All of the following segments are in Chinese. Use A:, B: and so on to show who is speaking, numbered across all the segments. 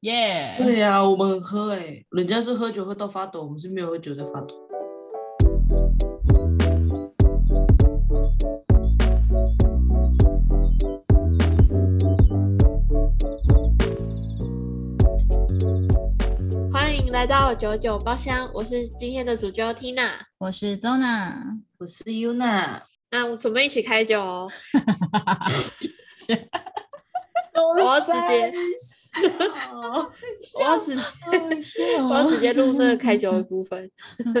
A: 耶、
B: 对呀、我们很喝哎、人家是喝酒喝到发抖，我们是没有喝酒在发抖。
C: 欢迎来到九九包厢，我是今天的主角 Tina。
A: 我是 Zona，
B: 我是 Yuna，
C: 那我准备一起开酒哦，
B: 我
C: 要直接，我要直接，我要直接录那个 开酒的部分。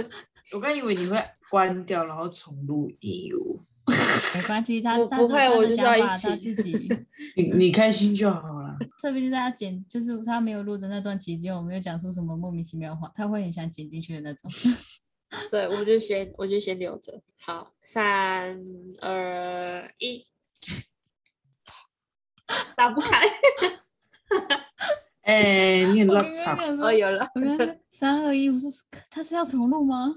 B: 我刚以为你会关掉，然后重录一五，
A: 没关系，他
C: 我
A: 他
C: 不
A: 他
C: 会我
A: 的
C: 就是
A: 想
C: 要一
A: 法他
C: 起
A: 自己，
B: 你你开心就好啦。
A: 特别是在他剪，就是他没有录的那段期间，我没有讲出什么莫名其妙的话，他会很想剪进去的那 种。
C: 对，我就先，我就先留着。好，三二一，打不开。
B: 哎、你很
A: 我
B: 拉
A: 刚刚
B: 差，
A: 想说
C: 哦，有了，
A: 我刚刚三二一，我说是他是要重录吗？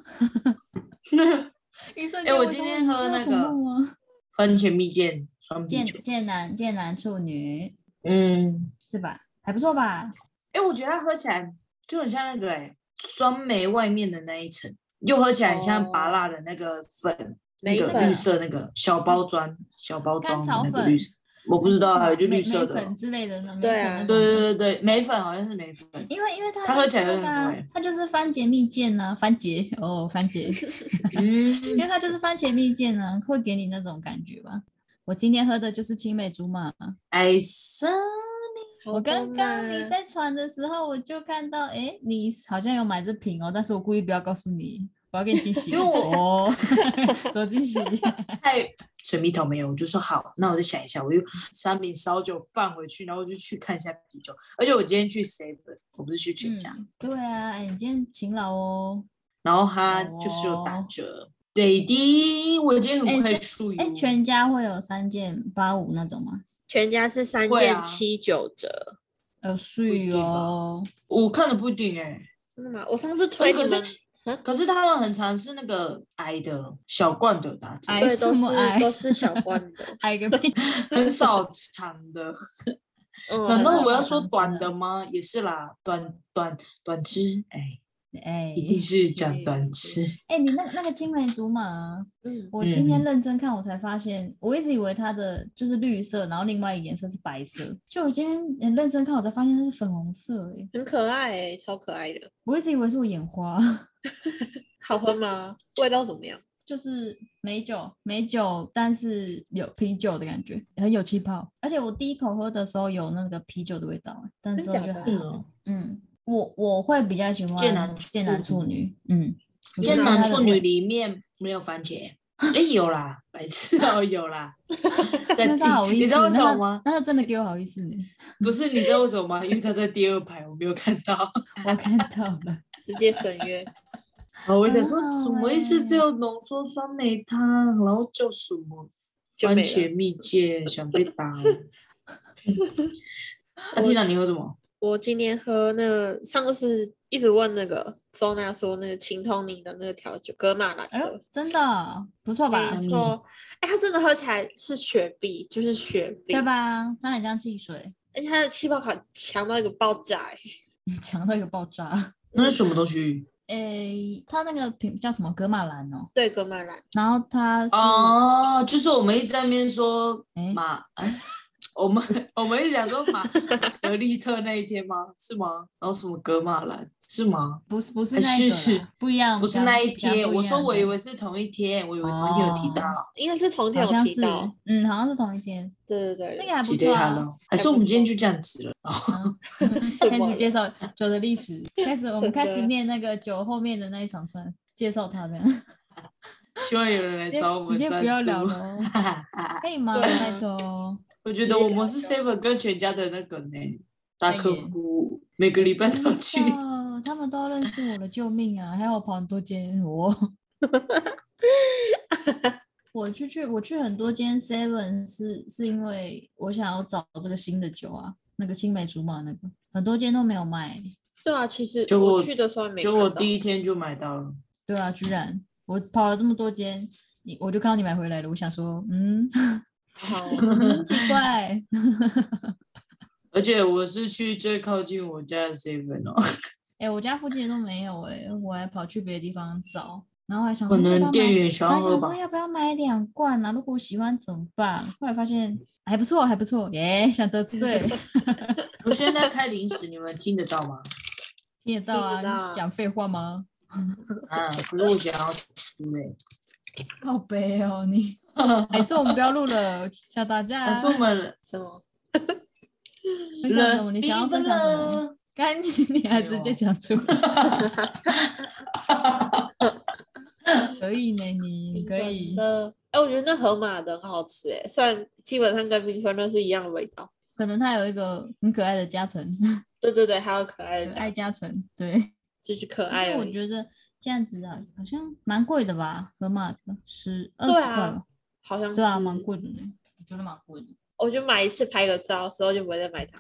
A: 一瞬
B: 哎
A: 间
B: 我
A: 就
B: 今
A: 说
B: 天
A: 你是
B: 喝
A: 要
B: 那
A: 重
B: 个
A: 录吗？
B: 番茄蜜饯双啤
A: 剑
B: 酒，
A: 剑男剑男处女
B: 嗯，
A: 是吧？还不错吧？
B: 哎、我觉得它喝起来就很像那个哎、酸梅外面的那一层，又喝起来很像拔
C: 哦
B: 辣的那个粉，那
C: 梅
B: 个绿
C: 粉
B: 色那个小包装小包
A: 甘
B: 装
A: 草
B: 的那个
A: 粉
B: 绿色，我不知道啊，
A: 是
B: 就
A: 梅
B: 绿色
A: 梅
B: 的。
A: 粉之类的那种。
C: 对
A: 梅粉那
C: 啊
A: 种
B: 对对对对，梅粉好像是梅粉，
A: 因为因为它
B: 它喝起来有
A: 就是
B: 点
A: 那个
B: 怪
A: 啊，它就是番茄蜜饯呢、番茄哦，番茄， 因
B: 嗯，
A: 为它就是番茄蜜饯呢、会给你那种感觉吧。我今天喝的就是青梅竹马。
B: 哎森，
A: 我刚刚你
C: 在。
A: 在传的时候，我就看到，哎，你好像有买这瓶哦，但是我故意不要告诉你，我要给你惊喜，
B: 因为我
A: 哦，多惊喜。
B: 太水蜜桃没有，我就说好，那我再想一下，我就三瓶烧酒放回去，然后我就去看一下啤酒，而且我今天去 seven，我不是去全家，
A: 嗯，对啊，哎，你今天勤劳哦。
B: 然后它就是有打
A: 哦
B: 折。对的，我今天
A: 哎
B: 很快
A: 是
B: 速
A: 哎，
B: 哟
A: 全家会有三件八五那种吗？
C: 全家是三
B: 会啊
C: 件七九折，
A: 呃，
B: 一
A: 是
B: 定吧
A: 哦，
B: 我看的不一定哎、
C: 真的吗？我上次推你
B: 可是
C: 们，
A: 嗯
B: 可是他们很常是那个矮的小罐的打折，
A: 矮
C: 对，
A: 什
C: 都
A: 么
C: 是
A: 矮。
C: 都是小罐的
A: 还有个屁。
B: 很少长的。
C: 嗯
B: 难道
A: 很
B: 我
A: 少
B: 要说
A: 长
B: 短
A: 真的
B: 的吗？也是啦，短短短枝，哎，
A: 哎，
B: 一定是讲短
C: 嗯
B: 枝。
A: 哎、你那那个青梅竹马啊，
C: 嗯，
A: 我今天
B: 嗯
A: 认真看，我才发现，我一直以为它的就是绿色，然后另外一个颜色是白色，就我今天很嗯认真看，我才发现它是粉红色、欸，
C: 很可爱欸、超可爱的。
A: 我一直以为是我眼花，
C: 好喝吗？味道怎么样？
A: 就是美酒，美酒，但是有啤酒的感觉，很有气泡，而且我第一口喝的时候有那个啤酒的味道、欸，但
C: 真
A: 是我
C: 假
A: 觉得
C: 的
A: 还
B: 嗯
A: 好，
B: 哦，
A: 嗯，我我会比较喜欢
B: 剑南
A: 剑南
B: 处
A: 处女，嗯，我觉
B: 艰
A: 得它
B: 难
A: 的
B: 处女
A: 味
B: 里面没有番茄，哎，有啦，白痴哦，有啦。在
A: 那
B: 第
A: 他好，意
B: 你
A: 思，
B: 知道为
A: 那
B: 什么
A: 他
B: 吗？
A: 那他真的给我好意思呢，
B: 不是，你知道为什么吗？因为他在第二排，我没有看到。
A: 我看到了。
C: 直接省约。
B: 哦，我想
A: 很
B: 说
A: 好
B: 什么意思？只
A: 欸
B: 有浓缩酸梅汤，然后叫什么
C: 就
B: 番
C: 没了
B: 茄蜜饯，想被打哦。那缇娜，你喝什么？
C: 我今天喝那个上次一直问那个收娜说那个青通宁的那个调酒，格马兰
A: 哎呦
C: 的，，
A: 真的啊不错吧？
C: 没错。哎、它真的喝起来是雪碧，就是雪碧，
A: 对？吧？它很像汽水，
C: 而且它的气泡卡强到一个爆炸、欸，
A: 强到一个爆炸。
B: 那是什么东西？
A: 诶，它那个品叫什么？格马兰哦。
C: 对，格马兰。
A: 然后它是，
B: 哦，就是我们一直在那边说
A: 诶
B: 马，哎我们我们一直讲说 马格利特那一天吗？是吗？然后什么格马兰是吗？
A: 不是不是
B: 哎
A: 那一
B: 是是
A: 个啦，不一样，
B: 不是
A: 讲
B: 那一
A: 讲
B: 天，
A: 不
B: 我
A: 样
B: 说我
A: 的哦
B: 以为是同一天，我以为同一天有提到。
C: 应该是同
A: 好
C: 天有
A: 像
C: 提
A: 是
C: 到，，
A: 嗯，好像是同一天，
C: 对对对，
A: 那个还不
B: 期待
A: 错
B: 他
A: 啊。
B: 了，还是我们今天就这样子了？
A: 嗯
C: 什
A: 开
C: 么
A: 始
C: 了
A: 介绍酒的历史，开始我们
C: 真
A: 开始
C: 的
A: 念那个酒后面的那一长串，介绍它这样，
B: 希望有人来
A: 直接
B: 找我
A: 直
B: 们
A: 接
B: 赞
A: 不要聊
B: 助
A: 了。哦，可以吗？
C: 对啊
A: 拜托。
B: 我觉得我们是 seven 跟全家的那个呢，大
A: 哎
B: 客
A: 耶
B: 户每个礼拜都要去。
A: 真的他们都要认识我的救命啊！还要我跑很多间，我我去去我去很多间 Seven 是是因为我想要找这个新的酒啊，那个青梅竹马那个，很多间都没有卖。
C: 对啊，其实
B: 就我
C: 去的时候还没
B: 就我
C: 看到
B: 第一天就买到了，
A: 对啊，居然我跑了这么多间，你我就看到你买回来 了，我想说，嗯，
C: 好，
A: 嗯奇怪，
B: 而且我是去最靠近我家的 seven 哦，
A: 哎、我家附近的都没有哎、我还跑去别的地方找，然后还想
B: 可
A: 说要不
B: 能
A: 要
B: 店
A: 买
B: 员想
A: 我
B: 要
A: 还
B: 喝
A: 想说
B: 吧。
A: 要不要买两罐啊？如果我喜欢怎么办？后来发现还不错，还不错，耶、想得罪
B: 我现在开零食，你们听得到吗？
A: 听得到啊？
C: 听得
A: 你
C: 到
A: 是讲废话吗？
B: 啊，可是我想要吃 哎、
A: 好悲哦，你 还是我们不要录了，吓大家。
B: 还是我们
C: 什么？
A: 分享什么？啊你想要分享什么？？赶紧，你还直接讲出 来，可以呢，你可以。
C: 的。哎、我觉得那河马的很好吃哎，虽然基本上跟缤纷乐是一样的味道。
A: 可能它有一个很可爱的加成，
C: 对对对，还有可爱的
A: 可
C: 家
A: 爱加成，对。
C: 就是可
A: 可
C: 爱
A: 是
C: 而
A: 我
C: 已。
A: 觉得这样子啊，好像蛮贵的吧？河马十二十
C: 对
A: 块
C: 啊
A: 吧，
C: 好像是
A: 对啊，蛮贵的呢，我觉得蛮贵的。
C: 我就买一次拍个照，之后就不会再买它。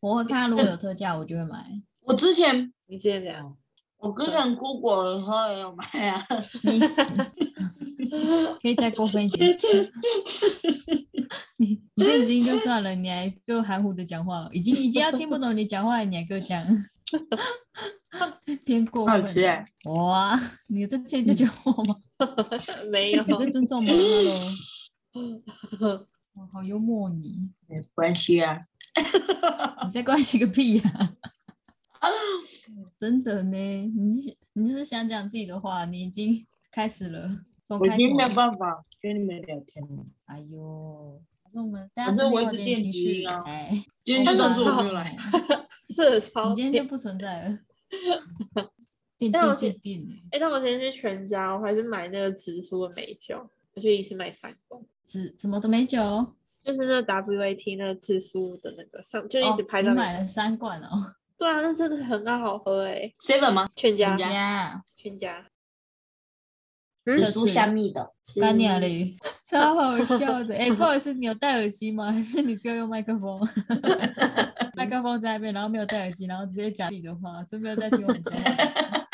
A: 我会看它如果有特价，我就会买。
B: 我之前
C: 你之前怎
A: 哦
C: 样？
B: 我跟人 Google 的时候也有买啊，
A: 你可以再过 分一点。你你这已经就算了，你还给我含糊的讲话了，已经已经要听不懂你讲话了，你还给我讲， 偏过
B: 好
A: 分
C: 啊
B: 吃啊
A: 了。哇，你有在听
C: 嗯
A: 这句话吗？
C: 没 有，
A: 你在尊重妈妈喽？ 哇，好幽默你！
B: 没关系啊。
A: 你在关心个屁呀、 真的呢，你是你就是想讲自己的话，你已经开始了，从
B: 我
A: 开
B: 今天没有
A: 头。
B: 办法跟你们聊天了，
A: 哎呦，还是我们大家
B: 反
A: 真
B: 正
A: 的
B: 我
A: 有
B: 一直
A: 点
B: 电
A: 情绪
B: 击啊
A: 哎，
B: 今
A: 我
B: 天
A: 们
B: 都是
A: 马
B: 我没
A: 上
B: 有来。
C: 这超
A: 你今天
C: 甜
A: 就不存在 了。电
C: 但我
A: 电
C: 觉
A: 电电呢，
C: 哎、但我今天去全家，我还是买那个紫苏的美酒，我就一次买三罐，
A: 紫什么都没哦酒，
C: 就是那 WAT 那个紫苏的那个上，就一直
A: 哦
C: 拍
A: 你
C: 照、
A: 买了三罐哦。
C: 对啊，那真的很刚好喝哎、
B: seven 吗？
C: 全家
B: 全
A: 呀，
C: 全家，
B: 紫
C: 嗯
B: 苏虾米的，
A: 干你了， 超好笑的。哎，不好意思，你有戴耳机吗？还是你只有用麦克 风？麦克风在那边，然后没有戴耳机，然后直接讲自己的话，都没有在听我们说话。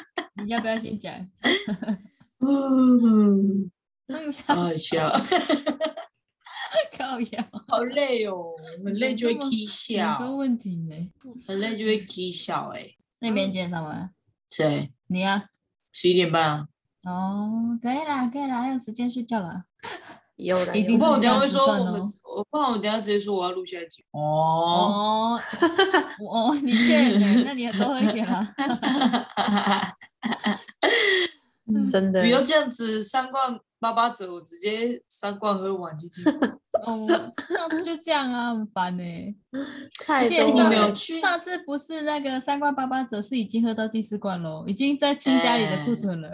A: 你要不要先讲？
B: 嗯，
A: 嗯，
B: 好
A: 笑
B: 好笑，
A: 靠呀，
B: 好累哦，很累就会 k
A: 很多
B: 笑，
A: 问题呢。
B: 很累就会 k 笑哎。
A: 那边见上班，
B: 谁？
A: 你啊？
B: 十一点半啊？
A: 哦，可以啦，可以啦，还有时间睡觉了。
C: 有了
A: 一
B: 我
A: 定
B: 怕我
A: 是
B: 等
A: 这
B: 下
A: 样
B: 会
A: 子
B: 说
A: 算
B: 我
A: 哦
B: 们，我怕我等下直接说我要录下集。 哦，
A: 哦，我哦，你确呢？那你也多喝一点啦。
C: 真的
B: 不要这样子，三罐八八折，我直接三罐喝完就去。
A: 哦，我上次就这样啊，很烦呢、
C: 太
A: 而且
C: 多
B: 你
A: 上
B: 没有
C: 了。
A: 次
B: 去
A: 上次不是那个三罐八八折，是已经喝到第四罐喽，已经在清家里的库存了。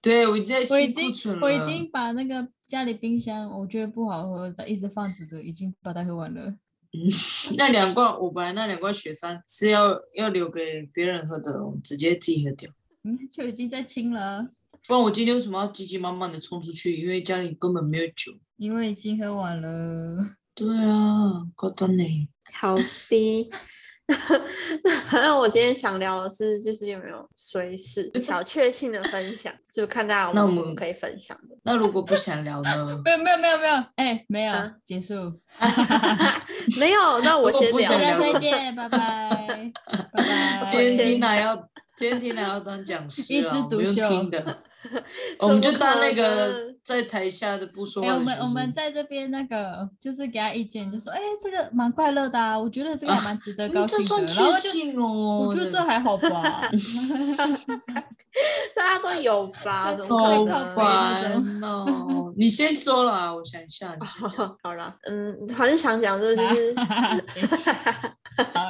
B: 对，我在
A: 我已
B: 哎清库
A: 经
B: 存
A: 我已
B: 了
A: 经把那个家里冰箱我觉得不好喝的一直放着的，已经把它喝完了。
B: 那两罐，我本来那两罐雪山是要要留给别人喝的，我直接自己喝掉。
A: 嗯，就已经在清了啊，
B: 不然我今天为什么要急急忙忙的冲出去？因为家里根本没有酒。
A: 因为已经喝完了。
B: 对啊，高真呢。
C: 好的。 反正我今天想聊的是，就是有没有随事小确幸的分享，就看大家有
B: 那
C: 没
B: 我
C: 有
B: 们
C: 可以分享 的。
B: 那如果不想聊呢？
A: 没有没有没有没有，哎、没有、
C: 啊
A: 结束。
C: 没有，那我
B: 如果
C: 先
B: 不想
C: 聊
A: 大。家
B: 聊
A: 再
B: 了
A: 见，拜 拜，拜拜。
B: 今天
C: 先
B: 听来要，今天听来要 当讲师
A: 哦一
B: 啊
A: 枝
B: 我
A: 独
B: 们用
A: 秀
B: 听 的，我们就
C: 怎么
B: 当那
C: 可
B: 个
C: 能
B: 在台下的不说
A: 哎、
B: 话
A: 我
B: 的
A: 们
B: 学
A: 我们
B: 生
A: 在这边那个就是给他意见，就说，哎、这个蛮快乐的啊，我觉得这个还蛮值得高
B: 嗯这
A: 兴
B: 算
A: 的。然后
B: 确
A: 就
B: 信哦。
A: 我觉得这还好吧，
C: 大家都有吧？怎么
B: 好
C: 可
A: 最靠
C: 能？
A: 北那种
B: 烦哦！你先说啦，我想一 下。你先讲
C: 好啦，嗯，反正想讲这就是，
A: 好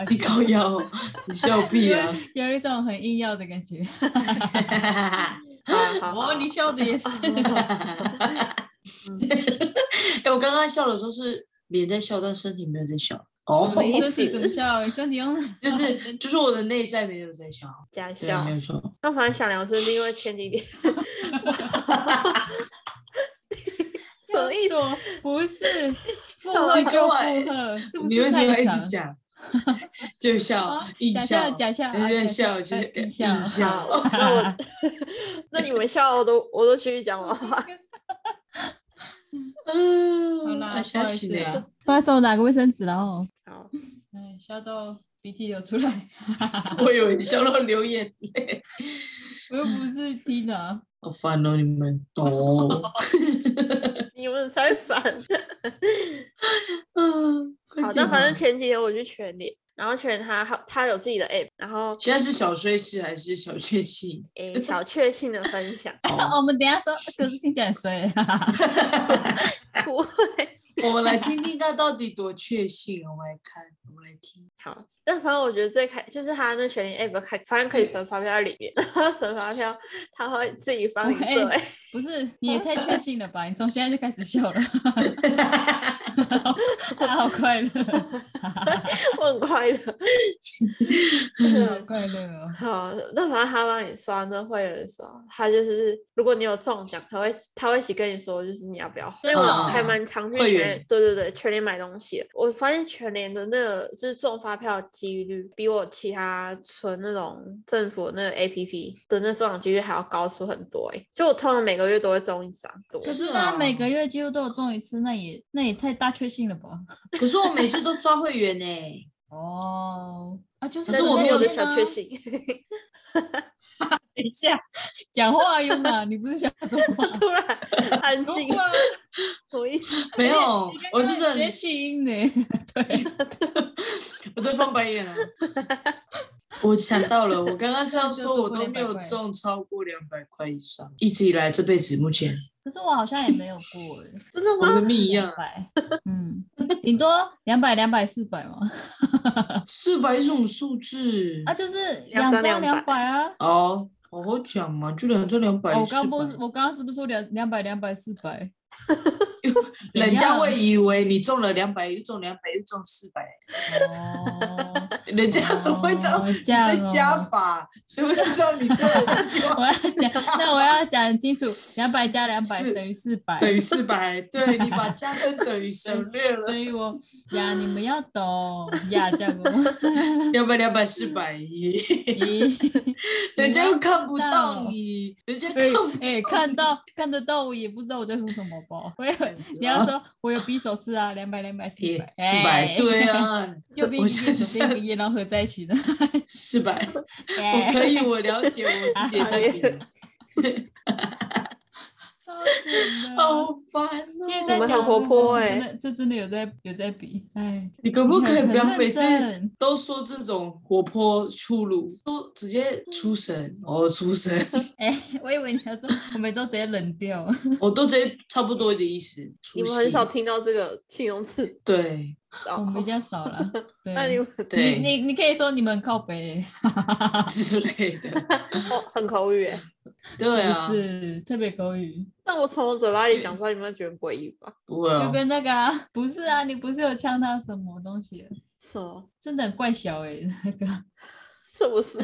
B: 你高腰，你笑屁 啊！
A: 有一种很硬要的感觉。
C: 好好好，
A: 笑的也是
B: 哎，我刚刚笑的时候是脸在笑，但身体没有在笑。
A: 什
B: 哦，
A: 么你身体 怎么笑？你身体用
B: 就是就是我的内在没有在笑，
C: 假
B: 对啊，
C: 笑
B: 没。有笑。
C: 那反正想聊是因为前 几天，什么意思
A: 思？不是附和就附和，是不是
B: 你为什么
A: 太
B: 一
A: 长
B: 直讲？ 就笑
A: 啊，
B: 印
A: 假
B: 象
A: 笑，假笑，
B: 你在笑，其
A: 假笑，
B: 实
A: 印
B: 呃 印
A: 象。
B: 象。
C: 那我 那你们笑我都我都继续讲我话。
B: 嗯，
A: 好
B: 啊
A: 啦，不
B: 笑
A: 好意
B: 死
A: 思
B: 嘞
A: 啦，不好意思，我拿个卫生纸了哦。
C: 好，
A: 哎，笑到鼻涕流出来，
B: 我以为你笑到流眼泪，
A: 我又不是啊 Tina，
B: 好烦哦，你们哦。
C: 你们才烦。
B: 嗯，快
C: 好，
B: 点
C: 但反
B: 啊
C: 正前几天我去全脸，然后全他他他有自己的 app，然后
B: 现在是小睡式还是小确幸？
C: 诶、小确幸的分享，
A: 哦我们等一下说，可是听起来很衰，
C: 不会
B: 我们来 听听看到底多确幸。我们来看，我们来听。
C: 好。但反正我觉得最开就是他那全联 app 开，反正可以存发票在里面，然后存发票他会自己帮你
A: 喂
C: 做、欸，
A: 不是你也太确信了吧？你从现在就开始笑了， 他好快乐，
C: 我很快乐。
A: 好快乐哦。
C: 好，那反正他帮你刷那会员刷，他就是如果你有中奖，他会他会一起跟你说，就是你要不要花。所以我
B: 嗯
C: 还蛮常去
B: 会
C: 全
B: 员
C: 联，对对对，全联买东西的。我发现全联的那个就是中发票的几率，比我其他存那种政府那个 APP 的那中奖几率还要高出很多哎、欸。就我通常每个月都会中一张多。
A: 可是
B: 是
A: 他
B: 哦
A: 每个月几乎都有中一次，那也那也太大确信了吧？
B: 可是我每次都刷会员呢、
A: 哦，啊，就是
B: 可是
C: 这
A: 在
B: 我
A: 这
C: 是
B: 没有
C: 我
A: 里
C: 的
A: 面
C: 小
A: 啊
C: 确。幸，
A: 等一下，讲话用啊，你不是想说话？
C: 突然安
A: 不
C: 静
A: 会，啊
C: 我一直
B: 没有
A: 你刚，
B: 我
A: 刚
B: 是真
A: 直
B: 的
A: 接
B: 很，
A: 气音呢。对，
B: 我在翻白眼 啊。我想到了，我刚刚是 要
A: 就
B: 说
A: 中
B: 我
A: 过
B: 都
A: 200
B: 没有
A: 块
B: 中超过两百块以上，一直以来这辈子目前
A: 可是我好像也没有过哎，
C: 真的
B: 我
C: 吗？
B: 跟蜜一样啊
A: 两，百，嗯，顶多两百、两百、四百嘛。
B: 四百是种数字
A: 啊，就是
C: 两
A: 两
C: 张
A: 张
C: 200
A: 两百啊。
B: 哦，好好讲嘛，就两这两百
A: 哦我
B: 四
A: 刚不是，
B: 百，
A: 我刚刚是不是说两两百、两百、四 百？怎
B: 人家
A: 样
B: 会以为你中了两百，又中两百，又中四百，
A: 哦，
B: 人家总会知道
A: 哦
B: 你
A: 这样
B: 在加
A: 哦
B: 法，谁会知道你中了几
A: 我
B: 万？
A: 要讲，那我要讲清楚，两百加两百
B: 是
A: 等于四百。
B: 等于四百，对你把加跟等于省略
A: 所
B: 了，
A: 以我呀，你们要懂呀，这样 子。
B: 要不然两百四百一，
A: 咦，
B: 人家又看不
A: 到
B: 到你，人家
A: 所
B: 看
A: 以
B: 不
A: 哎、看到看得到，我也不知道我在说什么吧。我也
B: 样子
A: 你要
B: 啊
A: 说我有匕首饰啊，两百两百四
B: 也
A: 百
B: 四百，对，
A: 哎
B: 啊，
A: 右边
B: 我
A: 一
B: 想
A: 页，左边
B: 象
A: 一页，然后合在一起的。
B: 四百，
A: 哎
B: 我可以，我了解我自己的
C: 哎
B: 感觉，
A: 超准的。
B: 好烦
A: 现
B: 哦！
A: 在
C: 你们
A: 讲
C: 很
A: 真的
C: 活泼
A: 这
C: 哎
A: 真的这真的有在有在比，哎，
B: 你可不
A: 你
B: 可以
A: 很
B: 不要
A: 很认
B: 每次
A: 真
B: 都说这种活泼粗鲁，都直接
A: 嗯
B: 出神哦，出神，
A: 哎，我以为你要说我们都直接冷掉，
B: 我都直接差不多的意思。
C: 你
B: 出
C: 们很少
B: 戏
C: 听到这个形容词
B: 对
A: 我
C: 哦
A: 们。比较少 了。对，
C: 那你们
A: 你
B: 对
A: 你你可以说你们很靠北，欸
B: 之类 的，
C: 哦很口语哎、
B: 对
A: 是不
B: 啊，
A: 是特别口语？
C: 但我从我嘴巴里讲出来，你们会觉得很诡异吧？
B: 不会啊
A: 就，跟那个啊，不是啊，你不是有呛他什么东西了？
C: 什么？
A: 真的很怪小哎、那 个
C: 是不是？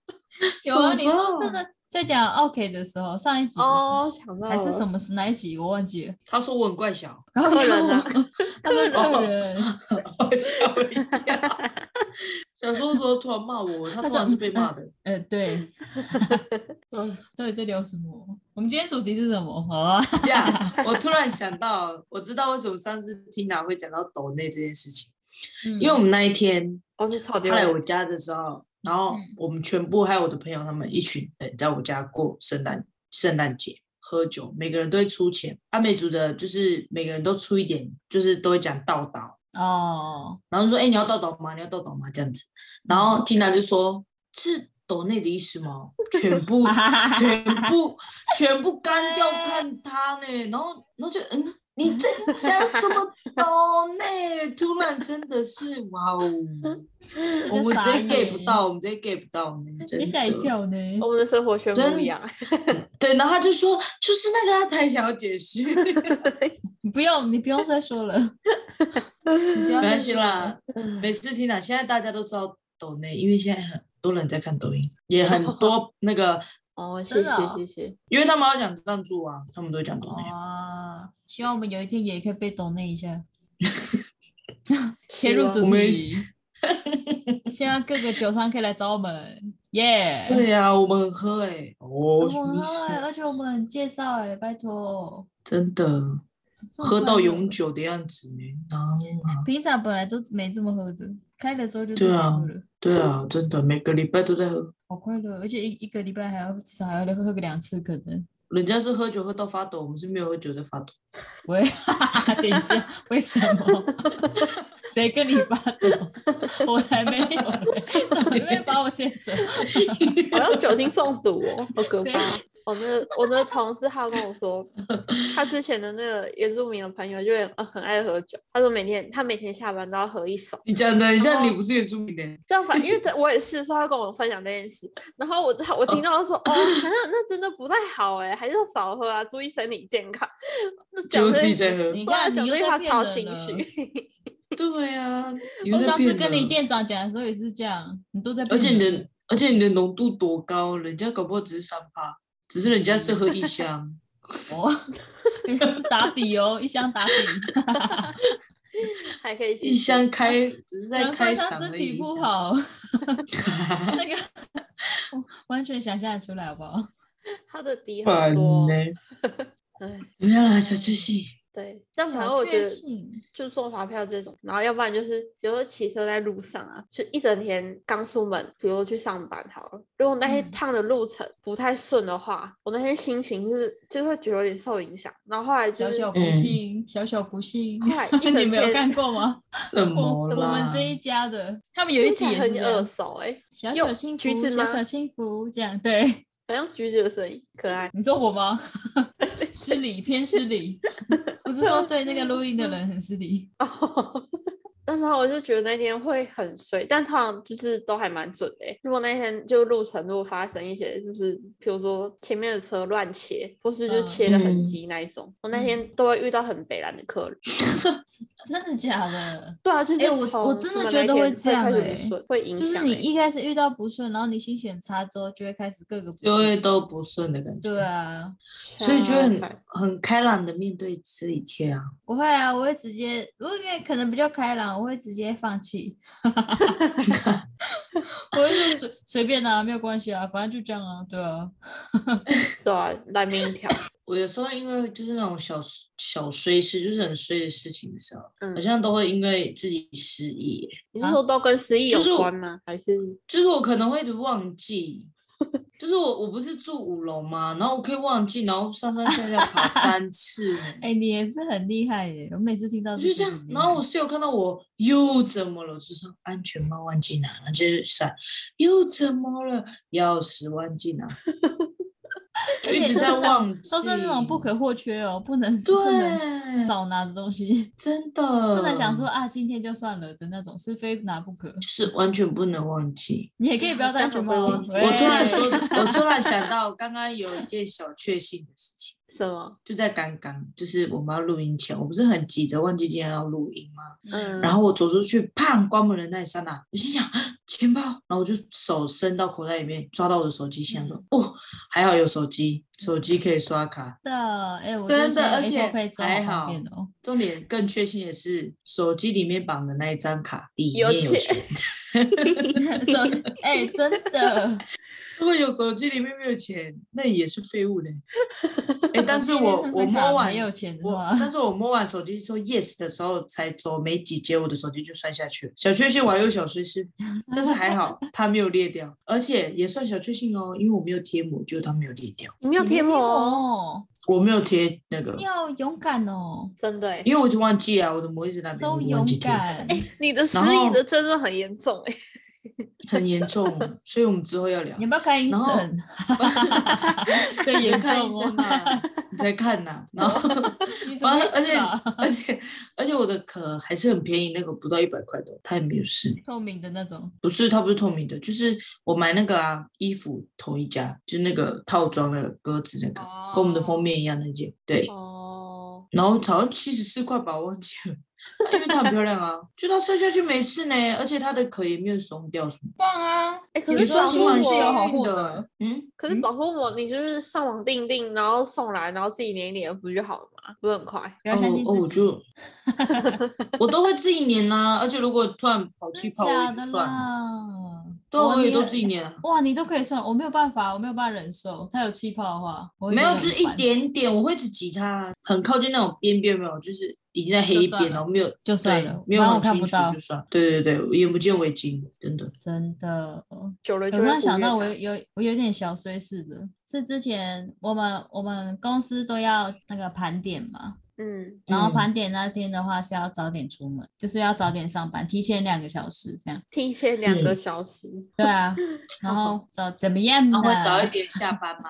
A: 有啊，
B: 什
A: 你
B: 么
A: 说真的在讲 OK 的时候，上一集的时候
C: 哦，想到
A: 还是
C: 了
A: 什么是哪一集我忘记了。
B: 他说我很怪小，
A: 然后
C: 客人啊哦
A: 我 他哦说客 人，啊
B: 我吓我一 跳。小时候时候突然骂我，他
A: 他
B: 突
A: 说
B: 然是被 骂的。
A: 呃， 对，
C: 嗯
A: 到底在聊什么？我们今天主题是什么？好啊，
B: 呀，我突然想到，我知道为什么上次 Tina 会讲到抖内这件事情，因为我
A: 嗯
B: 们那一天
C: 哦，你吵
B: 他
C: 丢
B: 来
C: 了
B: 我家的时候，然后
A: 嗯
B: 我们全部还有我的朋友，他们一群人在我家过圣诞圣诞节喝酒，每个人都会出钱。阿美族的就是每个人都出一点，就是都会讲道道，
A: 哦，
B: 然后就说：“哎、你要道道吗？你要道道吗？”这样子。然后 Tina 就说：“是抖内的意思吗？”全 部全部全部干掉看他 呢，然后然后就嗯。你在讲什么抖内？突然真的是 哇哦！我们直
A: 傻
B: 接 get
A: 眼
B: 不到，我们直接 get 不到呢，
A: 就
B: 真的。
A: 吓一跳呢。
C: 我们的生活圈不
B: 真
C: 一样，
B: 对，然后他就说，就是那个他啊才想要解 释，
A: 啊你不用，你不用再说 了，你不
B: 没
A: 要再
B: 关系
A: 说
B: 啦
A: 了。，
B: 没事听啦。现在大家都知道抖内，因为现在很多人在看 抖音，也很多那个，
C: 哦，谢
A: 真的
C: 谢
A: 哦
C: 谢谢，
B: 因为他们要讲赞助啊，他们都会讲抖内。
A: 哇，哦希望我们有一天也可以被懂那一下。切入
C: 希
A: 主
B: 望我们
A: 题，希望各个酒商可以来找我们，耶、
B: 对呀、我们很喝哎、哦，什
A: 我
B: 么
A: 们
B: 意思
A: 喝欸而且我们很介绍哎、拜托，
B: 真的
A: 怎么这么
B: 喝
A: 快
B: 到
A: 乐
B: 永。久的样子呢？啊
A: 平常本来都没这么喝的，开的时候就
B: 对
A: 不
B: 啊
A: 喝了，
B: 对啊，真的每个礼拜都在喝，
A: 好快乐，而且一一个礼拜还要至少还要喝个两次，可能。
B: 人家是喝酒喝到发抖，我们是没有喝酒在发抖。
A: 喂，等一下，为什么？ 谁跟你发抖？我还没有嘞，你会把我牵走？
C: 好像酒精中毒哦，好 可怕
A: 谁！
C: 我那个我那个同事他跟我说，他之前的那个原住民的朋友就很呃很爱喝酒，他说每天他每天下班都要喝一手，
B: 你讲的很像
C: 哦
B: 你不是原住民的，
C: 这样反因为这我也是，所以他跟我分享这件事，然后我他我听到他说哦，啊那真的不太好哎，还是要少喝啊，注意身体健康。那讲
B: 就
C: 这
B: 自己
C: 句
B: 在喝。
A: 你
C: 对啊
A: 看，
C: 讲
A: 你又
C: 这句
A: 在
C: 话
A: 骗
C: 超
A: 人
C: 心
A: 了
C: 虚，
B: 对啊， 你
A: 我
B: 们在
A: 上次
B: 骗
A: 跟你
B: 人
A: 店嗯长讲的时候也是这样，你都在
B: 而
A: 骗
B: 且你
A: 人。
B: 的而且你的浓度多高，人家搞不好只是三趴，只是人家是喝一 箱。
A: 哦，打底哦，一箱打底。
C: 还可以继
B: 一
C: 续
B: 箱开，只是 在
A: 难怪
B: 开
A: 他
B: 嗓
A: 身
B: 而已。
A: 体不 好，那个我完全想象得出来，好不好？
C: 他的底
B: 烦
C: 很多，
B: 嘞
C: 哎，
B: 不要啦，小确幸。
C: 对，但反正
A: 小
C: 我觉
A: 确
C: 得。
A: 幸，
C: 就送发票这种，然后要不然就是有时候骑车在路上啊，就一整天刚出门，比如去上班好了，如果那一
A: 嗯
C: 趟的路程不太顺的话，我那天心情就是就会觉得有点受影响，然后后来就
A: 小
C: 是
A: 小不
B: 嗯
A: 幸，小小不幸。
C: 快一 整
A: 你
C: 天，
A: 没有看过吗？
B: 什
A: 我
B: 么
A: 我们
B: 啦？
A: 这一家的，他 们有一集
C: 听起
A: 也
C: 来
A: 是这
C: 很耳
A: 样
C: 熟哎、
A: 小
C: 用
A: 小幸福
C: 橘子，
A: 小
C: 吗
A: 小幸福，这样对。
C: 好像橘子的 声音可爱。
A: 你说我 吗？失礼，偏失礼。我是说对那个录音的人很失 礼。
C: 但是我就觉得那天会很衰，但通常就是都还蛮准的欸、如果那天就路程如果发生一些，就是比如说前面的车乱切，或是就
A: 嗯
C: 切的很
B: 嗯
C: 急那一种，我那天都会遇到很北蓝的客人。
A: 真的假的？
C: 对啊，就是
A: 欸我
C: 从
A: 我真
C: 出
A: 的
C: 门
A: 觉
C: 那一
A: 得会
C: 天
A: 这样
C: 开始
A: 欸
C: 不顺，会影
A: 就是
C: 响
A: 你
C: 欸、
A: 一开始遇到不顺，然后你心情很差之后，就会开始各个不
B: 就会
A: 顺。
B: 都不顺的感觉。
A: 对，啊，
B: 所以就会
C: 超烦
B: 很很开朗的面对这一切啊。
A: 我会啊，我会直接，我应该可能比较开朗，我会直接放 弃。 我会说随随便啊，没有关系啊，反正就这样啊，对啊。
C: 对啊，烂命一条。
B: 我有时候因为就是那种小小衰事，就是很衰的事情的时候，
C: 嗯
B: 好，像都会因为自己失忆耶，
C: 你是
A: 啊
C: 说都跟失忆
B: 就
C: 有
B: 是我
C: 关吗？还是
B: 就是我可能会一直 忘记。就是我，我不是住五楼嘛，然后我可以忘记，然后上上下下爬三次呢，
A: 哎、你也是很厉害耶！我每次听到
B: 我
A: 都
B: 就这
A: 觉得
B: 样
A: 很。厉
B: 然后
A: 害
B: 我室友看到我又怎么了，我就说安全帽忘记拿，然后就是 闪，又怎么了，钥匙忘记 拿，就
A: 而
B: 一
A: 且
B: 直在
A: 都是
B: 忘记，
A: 都是那种不可或缺哦，不能 不能
B: 对，嗯
A: 少拿的东西，
B: 真的
A: 不能想说啊今天就算了的那种，是非拿不可。
B: 就是完全不能忘记。
A: 你也可以不要戴安全帽
C: 好
A: 哦
C: 像很。会
A: 喂
B: 我突然
C: 对
B: 说，我突然想到，刚刚有一件小确幸的事情，
C: 什么？
B: 就在刚刚，就是我们要录音前，我不是很急着忘记今天要录音吗？
C: 嗯，
B: 然后我走出去，砰，关门的那一刹那，我心想啊钱包，然后我就手伸到口袋里面，抓到我的手机，心想
A: 嗯
B: 说，哦，还好有手机，手机可以刷卡。
A: 真的，哎，我
B: 真
A: 觉得
B: 的而
A: 现
B: 且
A: 在 Apple Pay 超
B: 还
A: 方
B: 好
A: 便的 哦。
B: 重点更确信的是，手机里面绑的那一张卡里面
C: 有
B: 有
C: 钱
B: 钱。
A: 手机哎，真的，
B: 如果有手机里面没有钱，那也是废物的。哎、但是
A: 手机里面
B: 我
A: 看
B: 我
A: 上卡
B: 摸完
A: 没有钱的
B: 我
A: 话，
B: 但是我摸完手机说 yes 的时候，才走没几节，我的手机就摔下去了。小确幸，我还有小碎失，但是 还好它没有裂掉，而且也算小确幸哦，因为我没有贴膜，就它没有裂掉，
C: 你没有
A: 你没
C: 贴
A: 听
C: 膜哦，
A: 哦，
B: 我没有贴那个
A: 你，要勇敢哦，
C: 真的欸、
B: 因为我就忘记啊，我的膜一直 在那边，
A: 收
B: 我就
A: 勇
B: 忘记贴，
A: 敢。
B: 哎
C: 你的失
B: 然
C: 忆
B: 后
C: 的症状很严重哎、
B: 很严重，所以我们之后要聊
A: 你。要不要看医
B: 然后
A: 生？这严重
B: 看医生
A: 哦。
B: 啊，你才看 呐、然后
A: 你怎么
B: 完
A: 会
B: 了，而
A: 是
B: 且
A: 啊？
B: 而且而且我的壳还是很便宜，那个不到一百块的，它也没有事。
A: 透明的那种，
B: 不是，它不是透明的，就是我买那个啊，衣服同一家，就是那个套装的格子那个，跟我们的
A: 哦
B: 封面一样那件，对，
C: 哦，
B: 然后好像七十四块吧，我忘记了，因为它很漂 亮啊，就它射下去没事呢，而且它的壳也没有松掉什么，
A: 棒啊！
C: 哎、可
B: 有
C: 是
B: 一双
A: 保
C: 保
B: 是
A: 护
C: 护
A: 我
B: 很
A: 膜
B: 幸
A: 有好
C: 膜，
B: 运
A: 货
B: 的
A: 的，
B: 嗯，
C: 可是
B: 嗯
C: 保护膜你就是上网订订，然后送来，然后自己粘一粘，不就好了吗？不是很快？
A: 不要相信
B: 哦哦，我
A: 自己。
B: 就 我都会自己粘呐、而且如果突然跑气
A: 真
B: 泡，我
A: 假
B: 也就
A: 的
B: 算了，
A: 啦？
B: 啊对啊，
A: 哇
B: 我也
A: 你
B: 都
A: 很
B: 自己粘啊。
A: 哇，你都可以算，我没有办法，我没有办法忍受。它有气泡的话，我会
B: 没
A: 觉
B: 有，
A: 得
B: 就是
A: 很
B: 一
A: 烦。
B: 点点，我会一直挤它，很靠近那种边边，没有，就是已经在黑一
A: 就算
B: 边，
A: 了
B: 然后没有
A: 就算
B: 对
A: 了
B: 没有
A: 反正
B: 很
A: 我看
B: 清
A: 不
B: 楚
A: 到嗯
B: 就算了。对对对，眼不见为净，真的。
A: 真的。
C: 久了
A: 我
C: 就
A: 突
C: 会
A: 然
C: 忽
A: 想
C: 略
A: 到，我
C: 它
A: 有有我有点小衰事的，是之前我们我们公司都要那个盘点嘛，
C: 嗯
A: 然后
B: 嗯
A: 盘点那天的话是要早点出门，就是要早点上班，提前两个小时这样。
C: 提前两个
B: 嗯
C: 小时，
A: 对 啊，然后早怎么样呢
B: 那？哦会早一点下班吗？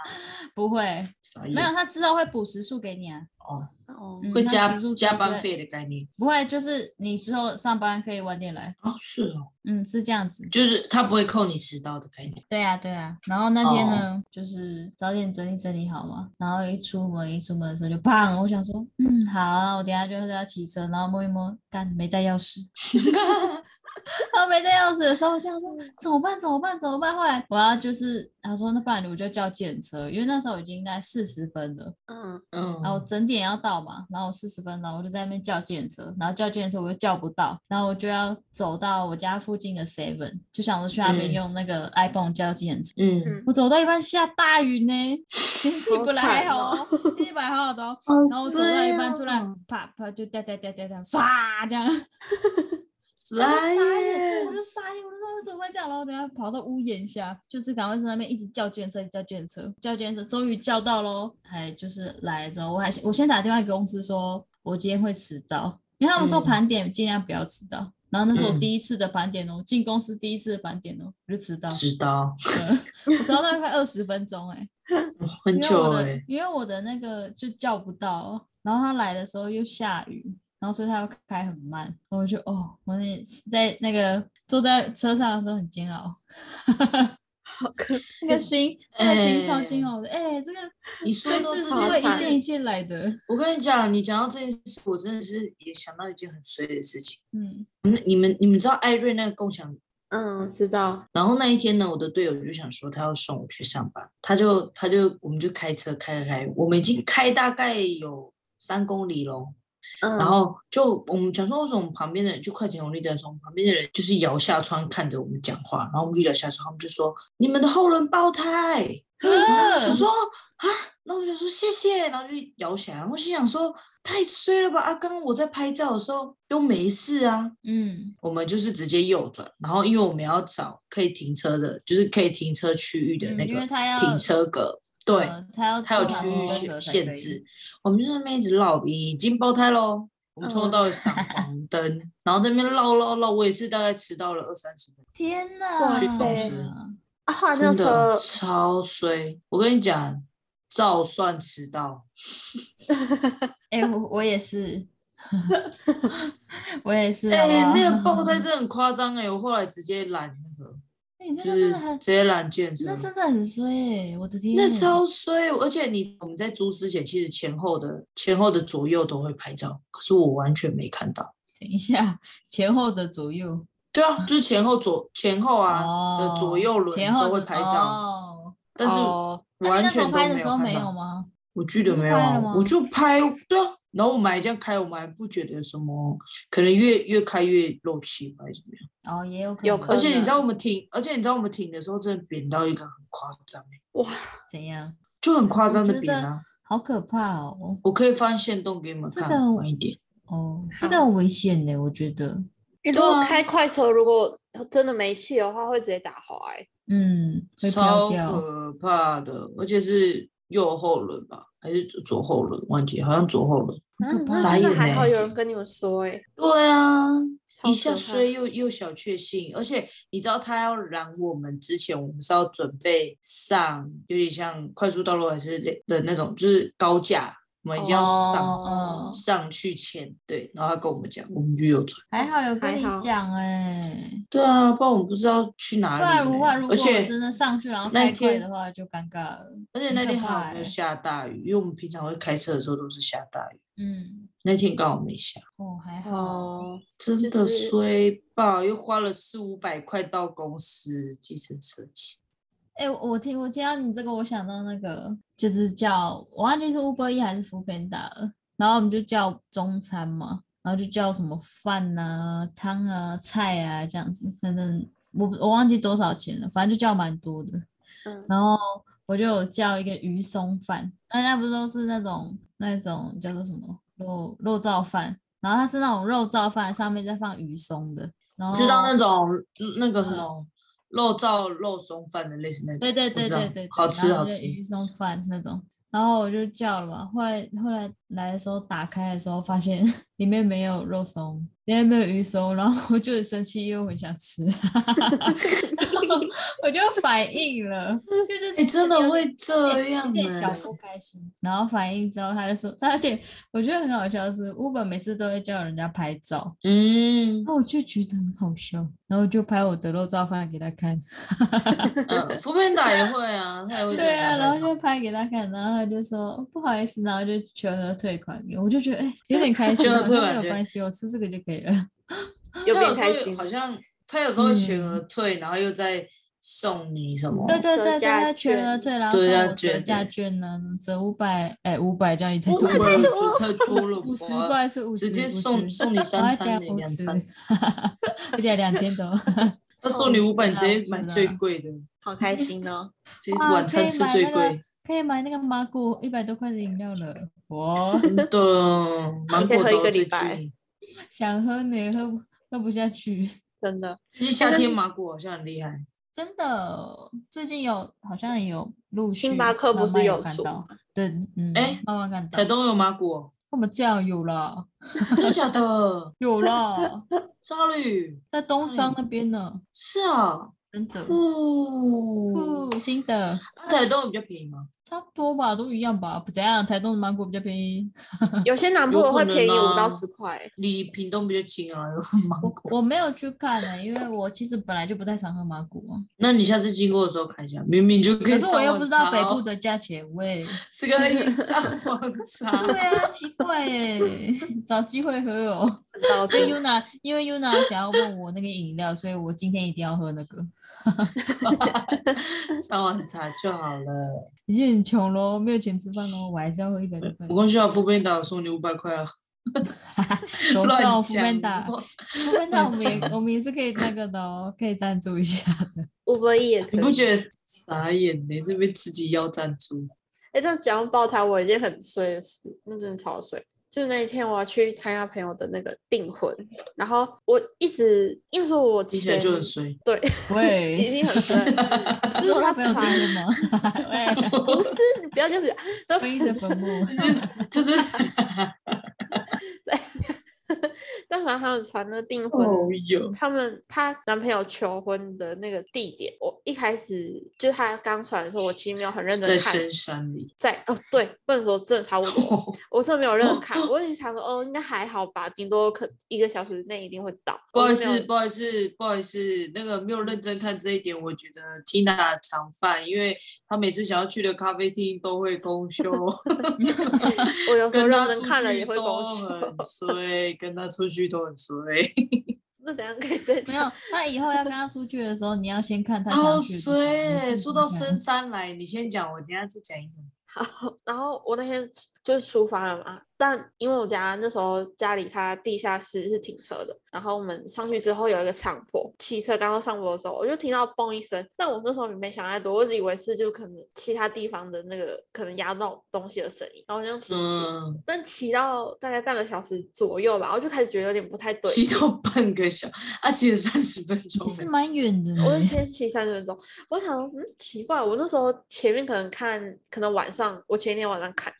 A: 不会，
B: 少一
A: 没有，他之后会补时数给你啊，
B: 哦，
C: 哦，
A: 嗯
B: 会
A: 那
B: 加
A: 时速
B: 加
A: 总是
B: 班
A: 会
B: 费的概念
A: 不会，就是你之后上班可以晚点来，
B: 哦，是哦，
A: 嗯，是这样子。
B: 就是他不会扣你迟到的概 念。
A: 对啊，对啊。然后那天呢，就是早点整理整理好嘛，然后一出门一出门的时候就砰，我想说，嗯，好啊，我等一下就是要骑车，然后摸一摸，干没带钥匙， 嗯然后没带钥匙的时候，我想说怎么办？怎么办？怎么办？后来我要就是他说，那不然我就叫检车，因为那时候已经在四十分了，
C: 嗯，
B: 嗯，
A: 然后我整点要到嘛，然后我四十分了，我就在那边叫计程车，然后叫计程车我又叫不到，然后我就要走到我家附近的 Seven，就想说去那边
B: 嗯
A: 用那个 iPhone 叫计程车。
B: 嗯，
C: 嗯
A: 我走到一半下大雨呢，天气
C: 好
A: 本来还
C: 惨
A: 好
C: 哦
A: 哦，天气本来好好的哦，
B: 然
A: 然后我走到一半突
B: 哦
A: 然啪啪就哒哒哒哒哒唰这样，然后
B: 傻
A: 傻眼，我
B: 眼，
A: 就傻眼，我就说为什么会这样？然后等下跑到屋檐下，就是赶快从那边一直叫建车，叫建车，叫建车，终于叫到喽！还就是来之后，我还我先打电话给公司说，我今天会迟到，因为他们说
B: 嗯
A: 盘点尽量不要迟到。然后那是我
B: 嗯
A: 第一次的盘点哦，进公司第一次的盘点哦，我就迟到，
B: 知道
A: 嗯我迟到大概快二十分钟哎、因
B: 很
A: 为
B: 久
A: 我的
B: 哎，
A: 因为我的那个就叫不到，然后他来的时候又下雨，然后所以他要开很慢，然后我就哦，我那在那个坐在车上的时候很煎熬，
C: 好可
A: 那个心那个心超煎
B: 哎
A: 熬的，哎、这个
B: 你说
A: 所以
B: 都
A: 是
B: 是
A: 是
C: 好
A: 会
C: 惨
A: 一件一件来的，
B: 我跟你讲，你讲到这件事，我真的是也想到一件很衰的事情。
A: 嗯
B: 那你们你们知道艾瑞那个共享
C: 嗯，知道，
B: 然后那一天呢，我的队友就想说他要送我去上班，他就他就我们就开车开开开，我们已经开大概有三公里咯，
C: 嗯，
B: 然后就我们想说为什么旁边的就快点红绿灯的时候，旁边的人就是摇下窗看着我们讲话，然后我们就摇下窗，他们就说你们的后轮爆胎，我
A: 嗯
B: 想说啊，那我就说谢谢，然后就摇起来，然后我心想说太衰了吧，啊，刚刚我在拍照的时候都没事啊，
A: 嗯
B: 我们就是直接右转，然后因为我们要找可以停车的，就是可以停车区域的
A: 嗯
B: 那
A: 因为
B: 个
A: 他要
B: 停车格，对，
A: 呃他要
B: 它有
A: 走
B: 区
A: 好
B: 域
A: 这
B: 限
A: 个才可
B: 限
A: 以
B: 制。。我们就在那边一直绕，已经爆胎喽，我们冲
C: 嗯
B: 到闪 黄灯，然后这边绕绕绕，我也是大概迟到了二三十分钟，
A: 天哪！
C: 哇
B: 塞
C: 啊，后来那
B: 真
C: 时
B: 的
C: 候
B: 超衰。我跟你讲，照算迟到，
A: 哎、我我也 是，我也是。啊
B: 哎、
A: 好不
B: 那
A: 好
B: 个爆胎真的很夸张哎，我后来直接拦那个，
A: 哎你那
B: 就
A: 个
B: 是
A: 真的很
B: 直接拦建车，
A: 那真的很衰、欸，我的天！
B: 那超衰，而且你我们在租之前，其实前后的前后的左右都会拍照，可是我完全没看到。
A: 等一下，前后的左右
B: 对啊，就是前后左前后啊、
A: 哦
B: 的左右轮
A: 前后
B: 都会
A: 的
B: 拍照，
A: 哦、
B: 但是
C: 哦
A: 啊你
B: 完
A: 那时候
B: 全都
A: 拍的
B: 没
A: 时
B: 有
A: 候没
B: 看
A: 有
B: 到。
A: 吗？
B: 我记得
A: 不是
B: 没有
A: 拍了
B: 啊
A: 吗，
B: 我就拍对啊，然后我们还这样开，我们还不觉得有什么，可能越越开越漏气吧，还是怎么样？
A: 哦，也有可能，
C: 有可
B: 而且你
C: 能
B: 知道我们停，而且你知道我们停的时候真的扁到一个很夸张欸、
A: 怎样？
B: 就很夸
A: 我
B: 张的
A: 觉
B: 扁
A: 得
B: 啊！
A: 好可怕哦！
B: 我可以翻线动给你们
A: 这
B: 看，
A: 个
B: 晚一点。
A: 哦，这个很危险呢、我觉得。
C: 欸如
B: 对
C: 果
B: 啊
C: 开快车，如果真的没气的话，会直接打滑、欸。
A: 嗯，会
B: 超
A: 飘掉。
B: 可怕的，而且是右后轮吧，还是左左后轮？忘记，好像左后轮。
A: 很可
C: 嗯
A: 怕
B: 傻
C: 那真的
B: 眼
C: 还
B: 欸
C: 好有人跟你们说、欸，
B: 对啊，
C: 超
B: 一下
C: 可怕
B: 衰又又小确幸，而且你知道他要拦我们之前，我们是要准备上，有点像快速道路还是类的那种，就是高架，我们已经要上、
A: 哦嗯
B: 上去前，对，然后他跟我们讲，我们就右转。
A: 还好有跟
C: 还
A: 你
C: 好
A: 讲哎、
B: 对啊，不然我们不知道去
A: 不
B: 哪里
A: 然
B: 呢、
A: 的话，啊如果
B: 而
A: 我
B: 且
A: 真的上去然后
B: 那
A: 太
B: 一
A: 快
B: 天
A: 的话，就尴尬了。
B: 而且
A: 很
B: 那
A: 可
B: 天还
A: 怕
B: 好没
A: 欸
B: 有下大雨，因为我们平常会开车的时候都是下大雨。
A: 嗯，
B: 那天刚好没下，
A: 哦，还好。
C: 哦，
B: 真
C: 就
B: 的
C: 是
B: 衰爆，又花了四五百块到公司计程车钱。
A: 哎、我我听我听到你这个，我想到那个就是叫我忘记是 Uber E 还是 f o o p a n d a 了，然后我们就叫中餐嘛，然后就叫什么饭啊、汤啊、菜啊这样子，反正我我忘记多少钱了，反正就叫蛮多的。
C: 嗯，
A: 然后我就有叫一个鱼松饭，大家不是都是那种那种叫做什么肉肉燥饭，然后它是那种肉燥饭，上面再放鱼松的，然后
B: 知道那种那个什么肉燥肉松饭的类似那种，
A: 对对对
B: 我知道
A: 对对，
B: 好
A: 对
B: 吃
A: 然后
B: 好
A: 就
B: 吃。
A: 鱼松饭那种。然后我就叫了嘛，后来后来来的时候打开的时候，发现 里面没有肉松，里面没有鱼松，然后我就很生气，因为我很想 吃，然后我就反应了，就是
B: 哎，真的
A: 有
B: 会
A: 有
B: 这
A: 点
B: 样
A: 有点小
B: 哎
A: 不开心，然后反应之后他就说，而且我觉得很好笑的是，Uber 每次都会叫人家拍照，
B: 嗯
A: 然后我就觉得很好笑，然后就拍我的肉燥饭给他看，
B: 嗯，福面打也会啊，他也会给
A: 对啊，
B: 大家
A: 然后
B: 拍
A: 就拍给他看，然后他就说不好意思，然后就全额退款给我，我就觉得哎、有点开心
B: 全
A: 啊，
B: 额
A: 我
B: 退
A: 说
B: 款哦
A: 没有
B: 对
A: 关系，我吃这个就可以了。
C: 有
B: 他
C: 变
B: 时
C: 开
B: 候
C: 心
B: 好。像他有时候全
A: 嗯
B: 额退，然后又再送你什么？
A: 对对
C: 折
A: 对对，
C: 价
A: 他全额
C: 券
A: 退，然后
B: 折
A: 送
B: 价
A: 我折
B: 券
A: 价
B: 对
A: 券呢，折五百，哎五百这样也太
B: 不
A: 多
B: 会，
A: 了，
B: 我觉得太多了吧，
A: 五十不好意思，五十
B: 直接送 送你
A: 我
B: 三
A: 要加
B: 餐呢，
A: 五
B: 两
A: 十
B: 餐，，
A: 而且两天都。
B: 他送你
A: 50
B: 五百，你
A: 啦
B: 直接买
A: 50啦
B: 最贵的，
C: 好开心哦！
B: 直接
A: 啊哇
B: 晚餐吃最贵。
A: 可以买那个麻古一百多块的饮料了，我
B: 真的，芒
C: 可以
B: 果
C: 喝一
B: 都
C: 个礼
B: 最
C: 拜
B: 近，
A: 想喝呢，喝不喝不下去，
C: 真的，
B: 最近夏天芒果好像很厉害。
A: 真的。最近有好像有陆续，
C: 星巴克不
A: 慢
C: 是
A: 慢
C: 有
A: 看
C: 出
A: 到
C: 吗？？
A: 对，嗯，
B: 哎
A: 慢慢看到
B: 台。东有芒果，
A: 我们这样有了，
B: 真的假的
A: 有了，
B: ？Sorry，
A: 在东山
B: 哎
A: 那边呢，
B: 是啊，
A: 真 的。
C: 嗯
B: 哦，
A: 哦，新的
B: 啊，台东有比较便宜吗？
A: 差不多吧，都一样吧，不怎样。台东的芒果比较便宜，
C: 有些南
B: 有
C: 部的
B: 可
C: 会
B: 能
C: 便宜五
B: 啊
C: 到十块欸，
B: 离屏东比较近啊， 有芒
A: 我
B: 果。
A: 我没有去看呢、因为我其实本来就不太常喝芒果。
B: 那你下次经过的时候看一下，明明就 可以
A: 可是
B: 上
A: 我
B: 网查哦。
A: 又不知道北部的价钱喂，
B: 是可以上网查。
A: 对啊，奇怪耶、 找机会喝哦。
C: 很高
A: 因
C: 级
A: 为 Yuna，因为 Yuna 想要问我那个饮料，所以我今天一定要喝那个。
B: 上网查就好了。
A: 已经很穷喽，没有钱吃饭喽，我还是要喝一百多块
B: 我。恭喜啊，副班长送你五百块啊！
C: 哦
A: 楼
B: 乱
A: 上
B: 讲
A: 福曼达，
B: 话
A: 福曼达，我们 也我们也是可以那个的哦，可以赞助一下的。
C: ，Uber E 也可
B: 你不
C: 以。
B: 觉得傻眼呢？这边自己要赞助，
C: 哎，但讲到爆胎，我一件很衰的事，那真的超衰。就是那一天我要去参加朋友的那个订婚，然后我一直因为说我
B: 听起来
C: 前
B: 就很衰。
C: 对已
A: 喂，
C: 经很衰了， 就是
A: 他
C: 他
A: 没有听
C: 传
A: 过吗？喂，
C: 不是你不要这样子，然后
A: 婚姻的坟 墓。
B: 就是
C: 但凡他们传那个订婚
B: 哦哟，
C: 他们她男朋友求婚的那个地点，我一开始就是她刚传的时候，我其实没有很 认
B: 在
C: 真看
B: 深，山里，
C: 在哦对，不能说真的 差不多，我真的没有认真看，我一直想说哦应该还好吧，顶多可一个小时内一定会到。
B: 不好
C: 我
B: 意
C: 就没
B: 思，
C: 有
B: 不好意思，不好意思，那个没有认真看这一点，我觉得 Tina 常犯，因为她每次想要去的咖啡厅都会 公休，
C: 我有时候
B: 跟
C: 认
B: 她
C: 真
B: 出
C: 看了
B: 去
C: 也会
B: 都
C: 公休，
B: 很 衰，跟她出去都很衰。
C: 那等一下可以再
A: 没
C: 讲。
A: 有，那以后要跟他出去的时候，你要先看他想
B: 好
A: 去的地方。
B: 衰
A: 你
C: 嗯
B: 欸、
A: 先
B: 说
A: 看
B: 到
A: 看
B: 深山来，你先讲，我等一下再讲一个。
C: 然后我那天出就是出发了嘛，但因为我家那时候家里它地下室是停车的，然后我们上去之后有一个上坡，骑车刚刚上坡的时候，我就听到嘣一声，但我那时候也没想太多，我只以为是就可能其他地方的那个可能压到东西的声音，然后我就这样骑骑，
B: 嗯，
C: 但骑到大概半个小时左右吧，我就开始觉得有点不太对
B: 骑到半个小，啊，骑了三十分钟
A: 也是
B: 欸。
A: 蛮远的呢。
C: 我就先骑三十分钟，我想说，嗯，奇怪，我那时候前面可能看，可能晚上，我前一天晚上看，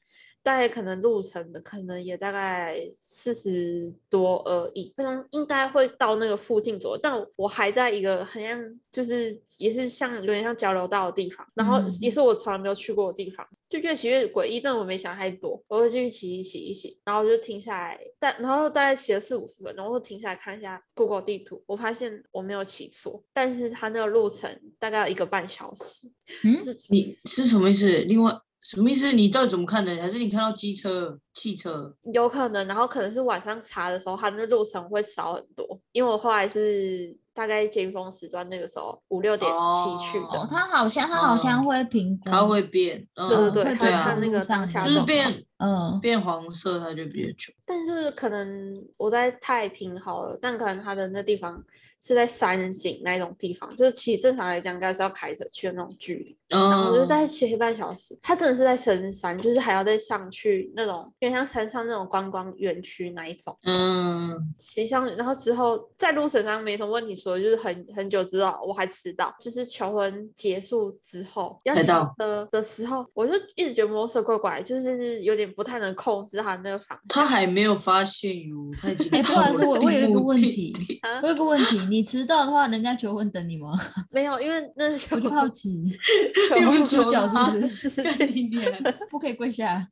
C: 大概可能路程的可能也大概四十多而已，非常应该会到那个附近左右，但我还在一个很像就是也是像有点像交流道的地方，然后也是我从来没有去过的地方，就越骑越诡异，但我没想太多，我就继续骑一骑一骑，然后我就停下来，但然后大概骑了四五十分钟，我就停下来看一下 Google 地图，我发现我没有骑错，但是它那个路程大概要一个半小时，
A: 嗯
C: 是
B: 你是什么意思？另外什么意思？你到底怎么看的？还是你看到机车、汽车？
C: 有可能，然后可能是晚上查的时候，它那路程会少很多，因为我后来是大概尖峰时段那个时候五六点骑去的，
A: 哦，他好像他好像
B: 嗯
A: 会评估，
B: 它会变，嗯、
C: 对对对
A: 会
C: 它
B: 对
A: 评
C: 它
B: 啊
A: 估
C: 那，个
A: 上
C: 当下
A: 的
B: 就是
A: 状况
B: 变
A: 嗯，
B: 变黄色它就比较久。
C: 但就是可能我在太平好了，但可能它的那地方是在山景那一种地方，就是骑正常来讲应该是要开车去的那种距离，然后我就
B: 嗯，
C: 在骑一半小时。它真的是在深山，就是还要再上去那种，有点像山上那种观光园区那一种。
B: 嗯，
C: 骑上，然后之后在路程上没什么问题，所以就是很很久之后我还迟到，就是求婚结束之后要
B: 才
C: 骑
B: 到
C: 车的时候，我就一直觉得摩托车怪怪，就是有点不太能控制它那个方向。
B: 他还没有发现哟，他已经
A: 哎不好意思
B: 到了
A: 我我有一
B: 目
A: 个问
B: 的
A: 题
B: 地
C: 啊
A: 我有个问题，你迟到的话，人家求婚等你吗？
C: 没有，因为那是求
A: 我就好奇，
C: 求
B: 你
A: 我
B: 不
A: 有
B: 是
A: 主
B: 求
A: 角
B: 他
A: 是不是？
B: 干你娘！
A: 不可以跪下，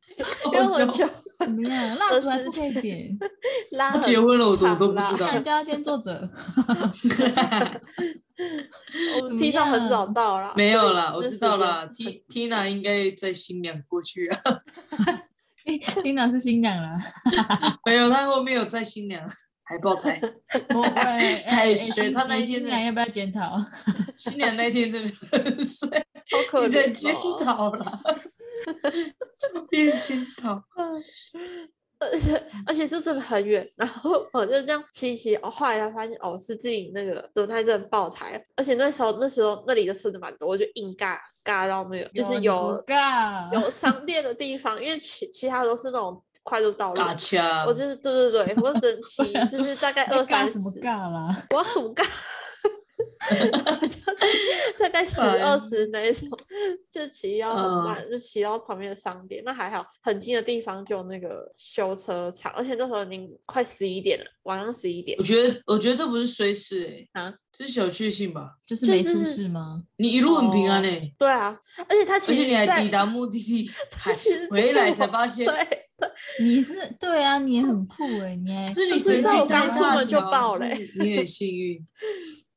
C: 因为我
B: 靠
C: 求
B: 腰
A: 怎么 样？啊蜡烛还不可以点，
C: 拉
B: 他
C: 很
B: 结婚了，我怎么
C: 长
B: 都不
C: 啦
B: 知道
A: 那。人家要先坐着。
C: 我
A: 怎
C: 们
A: 么
C: 提早很早
A: 样
C: 到啦，
B: 没有
C: 所以
B: 啦，我
C: 那
B: 知
C: 时
B: 道
C: 间
B: 啦。T Tina 应该在新娘过去啊，
A: 新郎是新娘啦，
B: 没有，她后面有在新娘，还爆胎。
A: 不会。哎哎
B: 是
A: 新
B: 他那
A: 哎
B: 一天
A: 新娘
B: 的
A: 要不要检讨？
B: 新娘那天真的很衰，
C: 好可
B: 你在
C: 怜
B: 检
C: 哦。
B: 讨 啦，这边检讨。
C: 而且 而且就真的很远，然后我就这样骑一骑，哦，后来才发现哦是自己那个轮胎真的爆胎，而且那时候那时候那里的车子蛮多，我就硬尬尬到那个
B: 啊
C: 就是有
A: 尬，啊
C: 有商店的地方，因为其其他都是那种快速道路，
B: 嘎掐
C: 我，就是对对对，我 只能骑就是大概二
A: 哎尬
C: 三
A: 什
C: 十，
A: 么尬啦？
C: 我要怎么干？ 就是大概十
B: 烦
C: 二十那一种，就骑到
B: 嗯
C: 很慢，就骑到旁边的商店。那还好，很近的地方就有那个修车厂，而且那时候已经快十一点了，晚上十一点
B: 我。觉得，我觉得这不是衰事哎、
C: 啊
B: 这是小确幸吧？
A: 就是
C: 就
A: 没
C: 是
A: 出事吗？
B: 你一路很平安
C: 哦
B: 哎、
C: 对啊，而且他
B: 而
C: 其
B: 且
C: 实
B: 你还
C: 在
B: 抵达目的地，
C: 他
B: 还
C: 其实
B: 回
C: 在
B: 来
C: 我
B: 才发现，
C: 对，
A: 你是对啊，你也很酷哎，你 还
B: 是你
C: 不知
B: 神
C: 道
B: 经
C: 我刚
B: 太
C: 出
B: 大
C: 门就
B: 条
C: 爆
B: 是
C: 嘞
B: 你你很幸 运。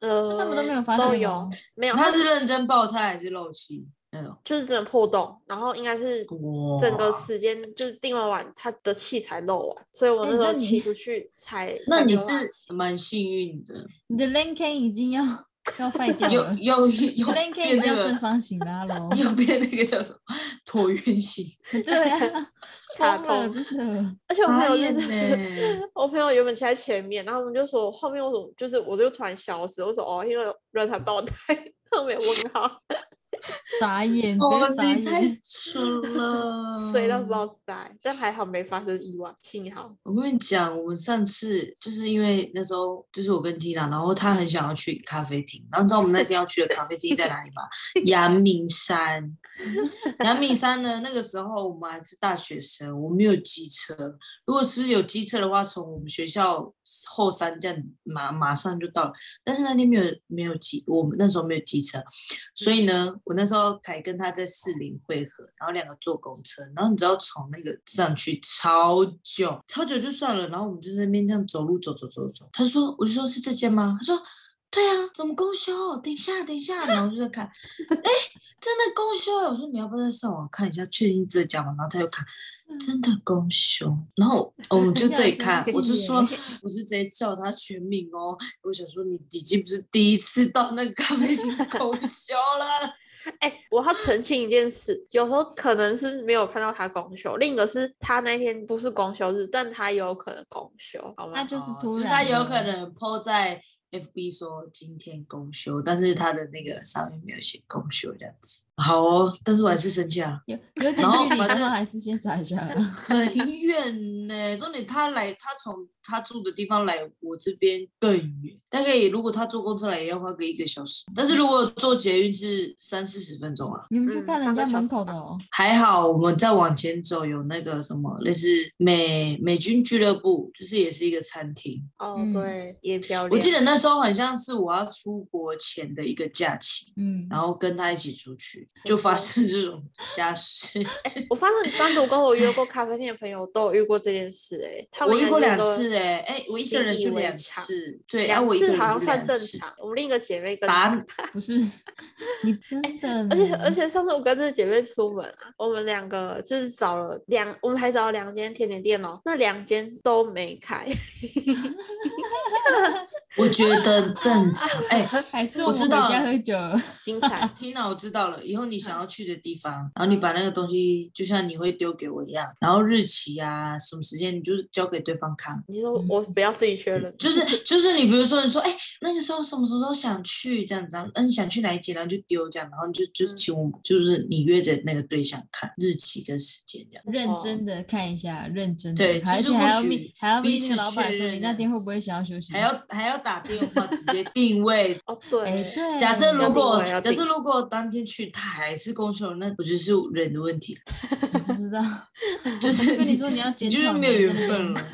C: 呃，
A: 那他们都没有发
C: 都
A: 现
C: 有
A: 吗，
C: 没有，
B: 他
C: 他
B: 是
C: 是
B: 认真爆胎还是漏气那种？
C: 就是真的破洞，然后应该是
B: 哇
C: 整个时间就是订完晚，他的气才漏完，所以我
A: 哎
C: 那时
A: 那
C: 候
A: 你
C: 骑出去才。
B: 那
C: 才
B: 你
C: 没有
B: 是
C: 办法骑
B: 蛮幸运 的，
A: 你的 Lincoln 已经要 要坏掉
B: 又
C: 嗯
A: 了
B: 又又
A: ，Lincoln 已经
B: 变那
A: 要正
B: 个，
A: 方形啦喽。
B: 又变那个叫什么椭圆 形，
A: 对 啊，
C: 卡
A: 疯了
C: 通
A: 真的。
C: 而且我朋
B: 傻
C: 友
B: 眼
C: 就
B: 呢
C: 是，我朋友原本骑在前面，然后我们就说后面为什么就是我就突然消失，我说哦，因为轮胎爆胎，后面 问号，，
A: 傻眼，
B: 哦
A: 真傻
B: 你太
A: 眼。
B: 蠢了
C: 水到爆
B: 嗯
C: 胎，但还好没发生意外，幸好。
B: 我跟你讲，我们上次就是因为那时候就是我跟 Tina，然后她很想要去咖啡厅，然后你知道我们那天要去的咖啡厅在哪里吗？ 阳明山。阳明山呢，那个时候我们还是大学生，我没有机车。如果是有机车的话，从我们学校后山这样马马上就到了。但是那天没有没有机，我们那时候没有机车，所以呢，我那时候才跟他在士林汇合，然后两个坐公车，然后你知道从那个上去超久，超久就算了，然后我们就在那边这样走路走走走走，他说我就说是这间吗？他说对啊，怎么公休？等一下等一下，然后我就在看，哎，真的公休欸我说你要不要再上网看一下，确定这家吗？然后他又看。真的公休，然后哦我们就
A: 这样
B: 对
A: 生
B: 看，我就
A: 气
B: 说
A: 耶
B: 我是直接叫他全名哦。我想说，你已经不是第一次到那个咖 啡厅口销了。
C: 哎、我要澄清一件事，有时候可能是没有看到他公休，另一个是他那天不是公休日，但他有可能公休，好
A: 他
C: 吗？
A: 就是
B: 哦
A: 突
B: 就是
A: 然，
B: 他有可。能 PO 在 FB 说今天公休，但是他的那个上面没有写公休这样子。好哦，但是我还是生气啊，
A: 有有点
B: 然后
A: 距离，
B: 反
A: 然后
B: 正
A: 还是先撒一下啦。
B: 很远呢、 重点他来，他从他住的地方来我这边更远，大概也如果他坐公车来也要花个一个小时，但是如果坐捷运是三四十分钟啊。
A: 你们去
C: 嗯
A: 看人
C: 半个
A: 家门
C: 小时
A: 口
C: 吧
A: 的哦，
B: 还好，我们再往前走有那个什么，类似美美军俱乐部，就是也是一个餐厅。
C: 哦，
A: 嗯
C: 对，也漂
B: 我
C: 亮。
B: 记得那时候很像是我要出国前的一个假期，
A: 嗯，
B: 然后跟他一起出去，就发生这种瞎事。
C: 我发现单独跟我约过咖啡店的朋友都有遇过这件事、哎， 他们
B: 我
C: 应
B: 遇
C: 该
B: 过
C: 就是
B: 两
C: 都
B: 次哎、哎、我一个人
C: 习以
B: 就
C: 为
B: 两
C: 常
B: 次，对，啊，
C: 两
B: 我一个
C: 次
B: 人
C: 好像
B: 就
C: 算
B: 两
C: 正
B: 次。
C: 常。我们另一个姐妹跟
B: 答
C: 她，
B: 案
A: 不是， 你真
B: 哎
A: 的呢，
C: 而且而且上次我跟这个姐妹出门啊，我们两个就是找了两，我们还找了两间甜点店哦，那两间都没开。
B: 我觉得正常哎。
A: 还是
B: 我
A: 们
B: 知
A: 回
B: 道
A: 家
B: 了
A: 哎 喝酒了，
C: 精彩
B: 哎，听了，我知道了，以以后你想要去的地方，然后你把那个东西就像你会丢给我一样，然后日期啊什么时间，你就是交给对方看。
C: 你
A: 嗯
C: 说我不要自己确认，
B: 就是就是你比如说你说哎、那个时候什么时候想去这样子，然后嗯想去哪一节，然后就丢这样，然后你就就是
C: 嗯
B: 请我就是你约着那个对象看日期跟时间这样。
A: 认真的看一下，认真的，
B: 哦对
A: 还
B: 就
A: 而且
B: 是
A: 还
B: 或
A: 要
B: 许
A: 命，还要命
B: 彼
A: 那个
B: 此
A: 老板
B: 确
A: 说
B: 认
A: 你那
B: 这
A: 天会
B: 样
A: 不会想要休息？
B: 还要还要打电话直 接定位嗯
C: 哦
A: 哎、
C: 对，
A: 对，
B: 假设
C: 要
B: 如
C: 定
B: 果
C: 位要
B: 假设
C: 定
B: 如果当天去他还是公休，那不就是人的问题 了？
A: 你知不知道？
B: 就是
A: 跟你说你要检
B: 你就是
A: 讨
B: 没有
A: 你的
B: 缘
A: 那
B: 分
A: 个
B: 了。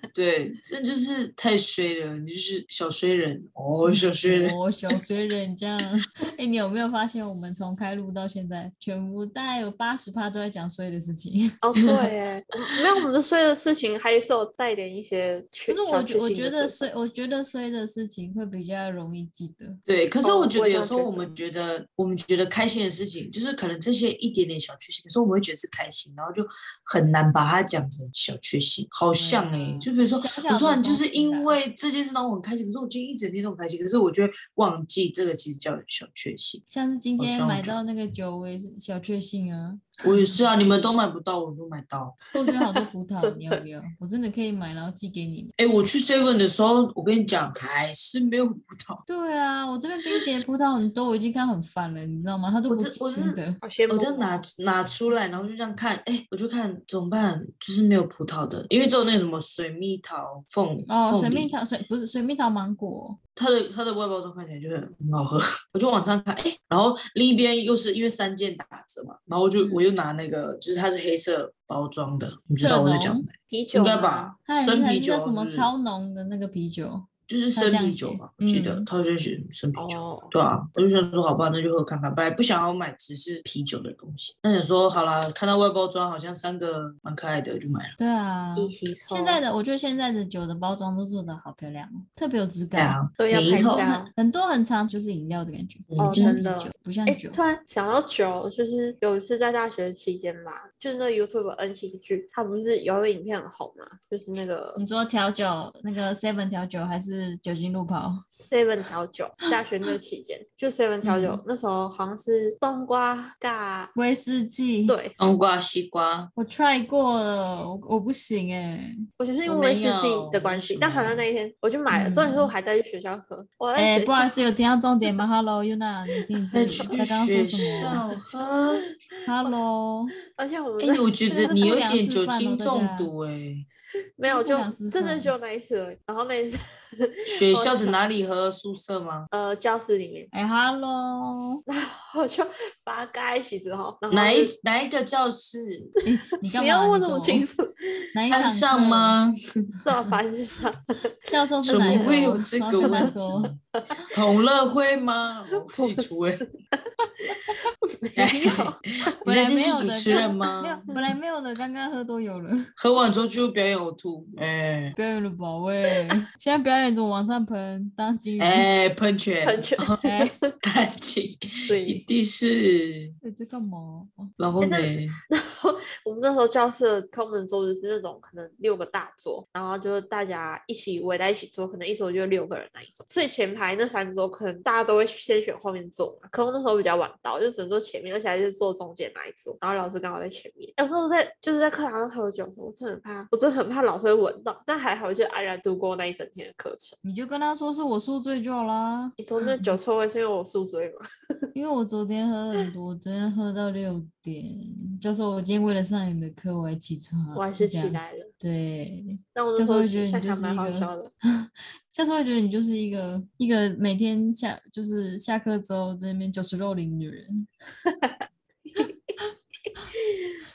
B: 对，这就是太衰了，你就是小衰人哦，小衰人。
A: 我小学人这样， 哎、你有没有发现我们从开录到现在，全部大概有八十趴都在讲衰的事情？
C: 哦对耶，没有我们的所有的事情还是有带点一些确，
A: 可是
C: 小
A: 我
C: 确
A: 觉我
C: 幸
A: 觉
C: 的
A: 得
C: 事
A: 衰，我觉得衰的事情会比较容易记得。
B: 对，可是我
C: 哦
B: 觉
C: 我
B: 得
C: 也
B: 有
C: 这
B: 时候
C: 样
B: 我
C: 觉
B: 们觉得我们觉得开心的事情，就是可能这些一点点小确幸，可是我们会觉得是开心，然后就很难把它讲成小确幸。好像哎、
A: 啊
B: 就比如说
A: 小小
B: 我突
A: 的
B: 然就
A: 东
B: 是
A: 西啦
B: 因为这件事让我很开心，可是我今天一整天都很开心，可是我就会忘记这个其实叫小确幸。
A: 像是今
B: 好
A: 天
B: 像
A: 买
B: 哦就嗯
A: 到那个酒，我也是小确幸啊。
B: 我也是啊，你们都买不到，我都买到。
A: 后天好多 葡萄，你要不要？我真的可以买，然后寄给你。
B: 哎，我去 seven 的时候，我跟你讲还是没有葡萄。
A: 对啊，我这边冰姐葡萄很多，我已经看到很烦了，你知道吗？它都
B: 我
A: 不
B: 这
A: 记
B: 我
A: 新
B: 是
A: 的。
C: 好羡慕
B: 我就
C: 哦
B: 拿拿出来，然后就这样看，哎，我就看怎么办，就是没有葡萄的，因为只有那个什么水蜜桃凤
A: 哦，
B: 凤
A: 水蜜
B: 梨
A: 桃水不是水蜜桃芒果，
B: 它的它的外包装看起来就很好喝， 我就往上看，哎，然后另一边又是因为三件打折嘛，然后我就、
A: 嗯
B: 我又拿那个就是它是黑色包装的，你知
A: 特
B: 道我在讲
A: 浓
B: 哪？
C: 啤酒
B: 应该
C: 吗
B: 吧，
A: 它还
B: 生
A: 还
B: 啤
A: 是
B: 酒
A: 叫什么
B: 是不是
A: 超浓的那个啤酒。
B: 就是
A: 它
B: 生
A: 这样
B: 啤酒
A: 写
B: 吧，我记得
A: 嗯
B: 他好像写生啤酒。
C: 哦，
B: 对啊，我就想说，好吧，那就喝看看。本来不想要买只是啤酒的东西，那想说好啦，看到外包装好像三个蛮可爱的，就买了。
A: 对啊，
C: 一起抽
A: 现在的我觉得现在的酒的包装都做的好漂亮哦，特别有质
B: 对
A: 感。
B: 啊，
C: 都要
B: 每一
C: 看一
B: 抽
C: 下哦
A: 很很多很长就是饮料的感觉，
B: 嗯
C: 哦
A: 不像
C: 真
A: 啤
C: 的
A: 酒，不像
C: 哎、
A: 酒。
C: 突然想到酒，就是有一次在大学期间吧，就是那 YouTube N 七剧，它不是有一个影片很红嘛，就是那个
A: 你说调酒那个 Seven 调酒还是酒精路跑？
C: Seven 调酒，大学那期间就 Seven 调酒，
A: 嗯
C: 那时候好像是冬瓜尬，
A: 威士忌，，
C: 对
B: 冬瓜、西瓜，
A: 我 try 过了，我我不行哎、
C: 我觉得是因
B: 我
C: 为
B: 没
C: 威士忌
B: 有
C: 的
B: 我
C: 关
B: 是
C: 系，但反正那一天我就买了，重点是我还带去学校喝，我在
A: 哎、
C: 学
A: 不
C: 校、
A: 好意思，有听到重点吗？Hello Yuna，你听你
B: 再
A: 自己
B: 嗯 去
A: 他刚刚说
B: 学
A: 什
B: 校
A: 么啊
B: 喝。
A: ？Hello，
C: 而且我们
B: 哎、
C: 在、
B: 我觉
A: 这个
B: 得
A: 是
B: 你
A: 不
B: 有
A: 良
B: 点
A: 示
B: 酒
A: 范哦
B: 精
A: 大
B: 中
A: 家
B: 毒哎、
C: 没有
A: 不
C: 就
A: 良示
C: 真的
A: 范
C: 就那一次而已，然后那一次
B: 学校的哪里喝？宿舍吗？
C: 呃教室里面，
A: 哎、Hello，
C: 我就把它盖在一起之后，然后
B: 哪一
C: 就
B: 哪一个教室？
A: 你干嘛？
C: 你要问
A: 你
C: 那么
A: 跟我
C: 清楚，
A: 哪一
B: 班
A: 场
B: 上
A: 课？
B: 吗？
C: 到班上，
A: 教授是
B: 怎
A: 哪一
B: 么
A: 个？
B: 会有这
A: 然
B: 个
A: 后跟他
B: 问
A: 说，
B: 题？同乐会吗？ 我自己出哎。
C: 没 有，
B: 你
A: 本
B: 那
A: 来
B: 天
A: 没有
B: 是
A: 的
B: 主持
A: 刚没
B: 人
A: 有
B: 吗？，
A: 本来没有的，刚刚喝多有了，
B: 喝完之后就表演呕吐，哎、
A: 表演了吧喂！现在表演怎么往上喷？当金鱼？哎、
B: 哎、喷泉，
C: 喷 泉，
A: 哦
B: 弹琴，
C: 所
B: 一
C: 以
B: 定是。
A: 你在干嘛？哦
B: 然后呢？
C: 我们那时候教室的空门桌子是那种可能六个大桌，然后就是大家一起围在一起坐，可能一桌就六个人那一种。最前排那三桌可能大家都会先选后面坐嘛，可我那时候比较晚到，就只能坐前面，而且还是坐中间那一桌。然后老师刚好在前面，有时候在就是在课堂上喝酒的时候，我真的很怕，我真的很怕老师会闻到，但还好就安然度过那一整天的课程。
A: 你就跟他说是我宿醉就好啦，
C: 你说那
A: 嗯
C: 酒臭味是因为我宿醉吗？
A: 因为我昨天喝很多，昨天喝到六点。教授，我今天为了上你的课，我还起床，啊
C: 我还是
A: 哦这
C: 起
A: 样。
C: 来了，
A: 对，
C: 但我
A: 教
C: 那时
A: 授
C: 候
A: 会觉得你
C: 下
A: 就
C: 课
A: 是
C: 蛮
A: 一
C: 好
A: 个
C: 笑的。
A: 教授会觉得你就是一个一个每天下就是下课之后在那边酒池肉林的女人。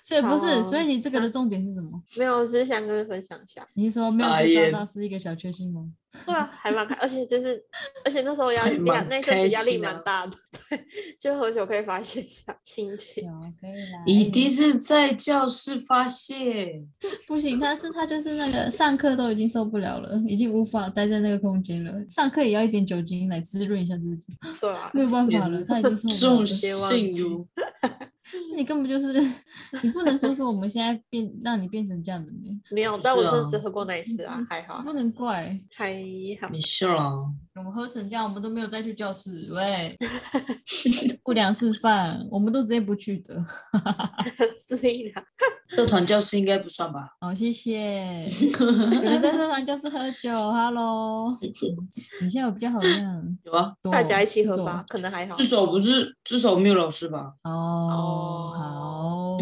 A: 所以不是，所以
C: 好
A: 你这个的重点是什么？
C: 没有，我只是想跟你分享一下。
A: 你是说没有
B: 傻
A: 被抓
B: 眼
A: 到是一个小确幸吗？
C: 对啊，还蛮开，而且就是，而且那时候压
B: 还
C: 力压
B: 蛮
C: 那一阵
B: 开
C: 子压力
B: 心
C: 蛮
B: 啊
C: 大的， 对，就喝酒可以发泄一下心
A: 有
C: 情。
A: 可以啦，哎
B: 一
A: 你
B: 定是在教室发泄。
A: 不行，他是他就是那个上课都已经受不了了，已经无法待在那个空间了，上课也要一点酒精来滋润一下自己，
C: 对啊，
B: 嗯
A: 没有办法
B: 也
A: 了，
B: 是
A: 他已经受不了
B: 重
A: 了。
C: 直接忘
B: 性
C: 记
B: 如
A: 你根本就是你不能说是我们现在变让你变成这样的呢，
C: 没有，但我
B: 是
C: 真的只
B: 啊
C: 喝过那一次啊，还好
A: 你，不能怪
C: 还好。
B: 没事啦。
A: 我们喝成这样，我们都没有带去教室，喂，不良示范，我们都直接不去的。
C: 虽 然
B: 社团教师应该不算吧？
A: 好，谢谢。有人在社团教室喝酒，Hello，你现在有比较好样，
B: 有啊，
A: 多
C: 大家一起
A: 是
C: 喝
A: 多
C: 吧，可能还好
B: 至。少不是，至少没有老师 吧？
A: 哦，好
C: 哦，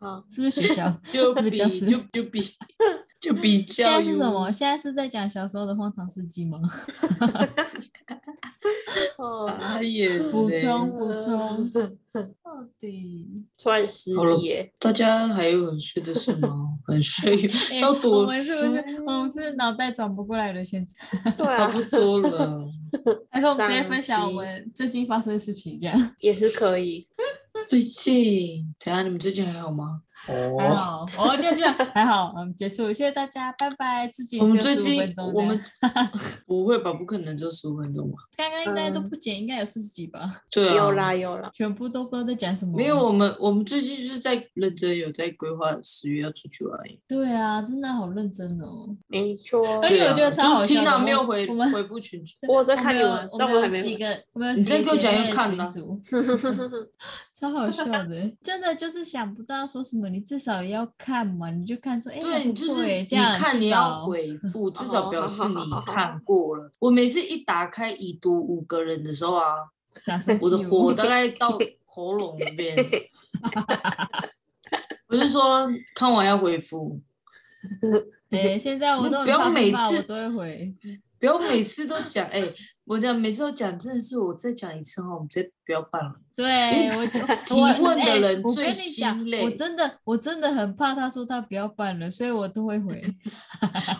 C: 啊，
A: 是不是学 校？
B: 就是
A: 不是
B: 比
A: 教师
B: 就就比 就比
A: 现
B: 较
A: 在是什
B: 有
A: 么？现在是在讲小时候的荒唐事迹吗？
C: 哦，
B: 傻眼
A: 补
B: 嘞
A: 充补充， 到底
C: 突然失
B: 好了
C: 忆耶，
B: 大家还有很睡的是吗？很睡
A: 哎
B: 要
A: 我
B: 多
A: 们是不是
B: 睡
A: 我们是脑袋转不过来了？现在，
C: 对
B: 差
C: 啊，
B: 不多了。
A: 还是我们直接分享
C: 当
A: 我
C: 机
A: 们最近发生的事情，这样
C: 也是可以。
B: 最近怎样？你们最近还好吗？
A: 还，好。哦，就这样还好，嗯，结束，谢谢大家，拜拜。自己
B: 我们
A: 只
B: 最
A: 有15
B: 近
A: 分钟
B: 我们
A: 这样
B: 不会吧？不可能就十五分钟吧？
A: 刚刚应该都
C: 嗯
A: 不剪，应该有四十几吧，
B: 对啊，
C: 有啦有啦，
A: 全部都不知道在讲什么。
B: 没有，我们我们最近就是在认真有在规划十月要出去玩而已。
A: 对啊，真的好认真哦。
C: 没错。
A: 而且
B: 对
A: 我觉得
B: 啊
A: 超好
B: 就是
A: 笑的
B: Tina
A: 我
B: 没有回
A: 我们
B: 回复群主，
C: 我有在
A: 我
C: 看你
A: 有
C: 们，
A: 我
C: 但
A: 们有
C: 还没
A: 几
C: 回。
A: 个，我们有
B: 你
A: 几
B: 再给我
A: 姐
B: 讲一个
A: 妹的
B: 看
A: 群
B: 呐
A: 组 超好笑的，
B: 欸
A: 真的就是想不到说什么，你至少也要看嘛，你就看说，哎、还
B: 对，
A: 不
B: 你就
A: 错
B: 是
A: 欸
B: 你
A: 这样
B: 看
A: 至
B: 你要
A: 少
B: 回复，至少
C: 哦
B: 表
C: 好
B: 示
C: 好
B: 你
C: 好好好
B: 看过了。我每次一打开已读五个人的时候啊，
A: 想生
B: 我的
A: 气
B: 火大概到喉咙那边， 我 是说看完要回复，
A: 哎、现在我
B: 嗯
A: 都很
B: 不要
A: 怕被
B: 每
A: 骂我
B: 次
A: 都会 回，
B: 不要每次都讲。哎、我讲每次都讲，真的是我再讲一次哈，我们直接不要办了。
A: 对我就
B: 提
A: 我
B: 问的
A: 哎
B: 人
A: 我
B: 最
A: 跟你讲
B: 心，累
A: 我真的我真的很怕他说他不要办了，所以我都会回。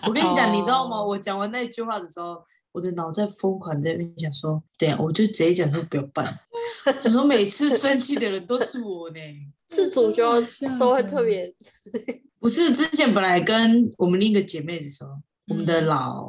B: 我跟你讲，你知道吗？
C: 哦
B: 我讲完那一句话的时候，我的脑在疯狂在那边想说，对啊，我就直接讲说不要办。我说每次生气的人都是我呢。
C: 自主就
A: 好笑
C: 都会
A: 的
C: 特别
B: 不是之前本来跟我们另一个姐妹的时候， 我们的
A: 嗯
B: 老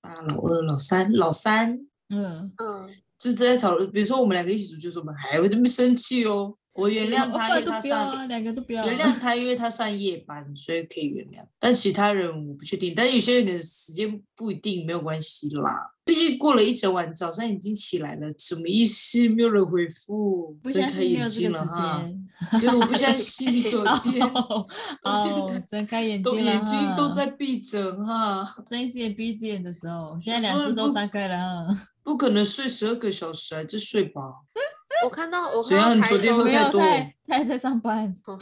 B: 大、老二、老三、老三，
A: 嗯，
B: 啊
C: 嗯，
B: 就是在讨论，比如说我们两个一起出去，我们还会这么生气哦。我原谅
A: 我
B: 他，
A: 不
B: 因为
A: 然都
B: 他
A: 不要啊，
B: 上
A: 两个都不要啊。
B: 原谅他，因为他上夜班，所以可以原谅。但其他人我不确定，但有些人的时间不一定，没有关系啦。毕竟过了一整晚，早上已经起来了，什么意思？没有人回复，
A: 不
B: 睁
A: 相
B: 开
A: 信没有
B: 眼
A: 这
B: 睛
A: 个
B: 了
A: 时
B: 哈。
A: 间。
B: 对，我不相信你昨 天。
A: 哦，
B: 都是
A: 哦睁开眼
B: 都
A: 睛了
B: 眼睛
A: 哈
B: 都在闭着哈，
A: 睁一只眼闭一只眼的时候，现在两
B: 想说
A: 只都
B: 不
A: 张开了嗯哈。
B: 不可能睡十二个小时啊，就睡吧。
C: 我看到我
B: 谁让
C: 看到
B: 你
C: 台
B: 昨天
C: 中
B: 喝
A: 没
B: 太
A: 有，
B: 多
A: 他还他还在上班。
C: 哦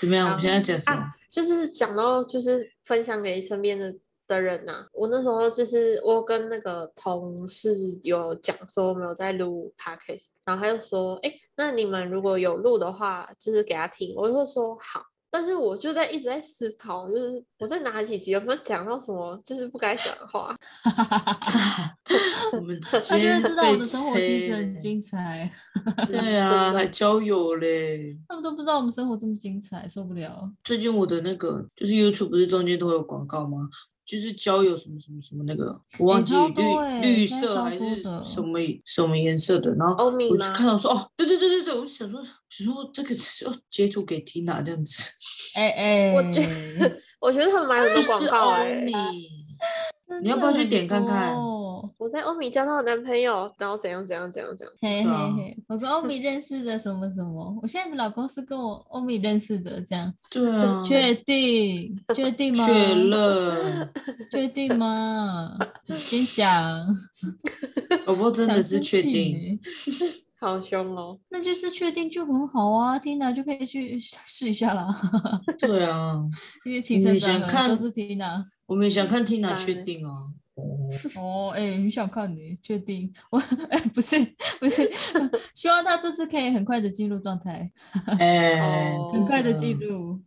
B: 怎么样？我
C: 好
B: 们现在讲什么？
A: 啊
C: 就是讲到就是分享给身边的的人呐、我那时候就是我跟那个同事有讲说我们有在录 podcast，然后他就说，哎，那你们如果有录的话，就是给他听。我就说好，但是我就在一直在思考，就是我在哪几集有没有讲到什么就是不该讲的话。
B: 我们直
A: 他就
B: 接
A: 会知道我
B: 被
A: 的生活其实很
B: 切
A: 精彩，
B: 对
C: 嗯
B: 啊，
C: 真的
B: 还交友嘞。
A: 他们都不知道我们生活这么精彩，受不了。
B: 最近我的那个就是 YouTube 不是中间都会有广告吗？就是交友什么什么什么那个，我忘记
A: 超
B: 绿
A: 多欸
B: 绿
A: 现在
B: 色
A: 超
B: 还
A: 多
B: 是
A: 的哦
B: 什么什么颜色的，然后
C: 欧米
B: 我就
C: 吗
B: 看到说哦，对对对对对，我就想说想说这个是要截图给 Tina 这样子，
A: 哎哎，
C: 我 觉
A: 得
C: 我觉得他们买很
B: 不
C: 多
B: 是
C: 广告
B: 欧
C: 哎、
B: 米，你要不要去点看看
C: 我在欧米交到男朋友，然后怎样怎样怎样怎样，
A: 嘿
B: 是啊
A: 嘿嘿，我跟欧米认识的什么什么，我现在的老公是跟我欧米认识的，这样
B: 对啊，
A: 确定？确定吗？
B: 确 认，哦
A: 确定 吗？先讲，
B: 宝宝真的
A: 想
B: 是
A: 生
B: 确
A: 气
B: 定。
A: 呢，
C: 好凶哦。
A: 那就是确定就很好啊，听了就可以去试 一下啦。
B: 对 啊，
A: 今天骑乘
B: 想
A: 转合
B: 看
A: 都是听了。
B: 我们想看 Tina
C: 当
B: 确
C: 然
B: 定哦。
A: 哦，哎、很想看你，确定？ 我哎、不是不是， 希望他这次可以很快的进入状态，
B: 哎，
C: 哦
B: 真
A: 很快的进
B: 的
A: 入。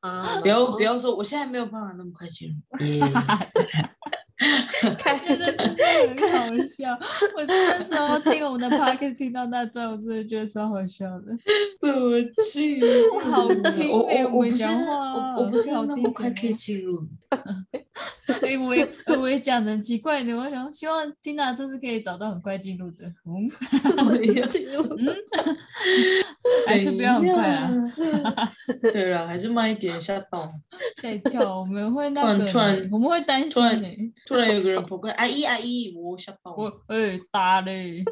C: 啊，
B: 不要不
A: 哦
B: 要说，我现在没有办法那么 快进入。耶
C: 看
A: 真的真的很好笑，我那时候听我们的 p o c a s t 听到那段，我真的觉得超好笑的。
B: 怎么 进
A: 好听
B: 我
A: 欸
B: 我
A: 我
B: 嗯我
A: 们
B: 不是
A: 讲话
B: 我我不是
A: 好
B: 那
A: 听
B: 么快可以
A: 欸
B: 进入。
A: 哎、我也我也讲的很奇怪的，我想希望 Tina 这次可以找到很快进入的，嗯，
C: 进 入
A: 还是不要很快啊，
B: 对啦，还是慢一点，吓到。
A: 吓一跳，我们会那
B: 突然
A: 个
B: 突然
A: 呢，我们会担心
B: 突然
A: 的、
B: 突然有个人跑过来，阿姨阿姨，我吓到
A: 我
B: 了，
A: 哎、打嘞，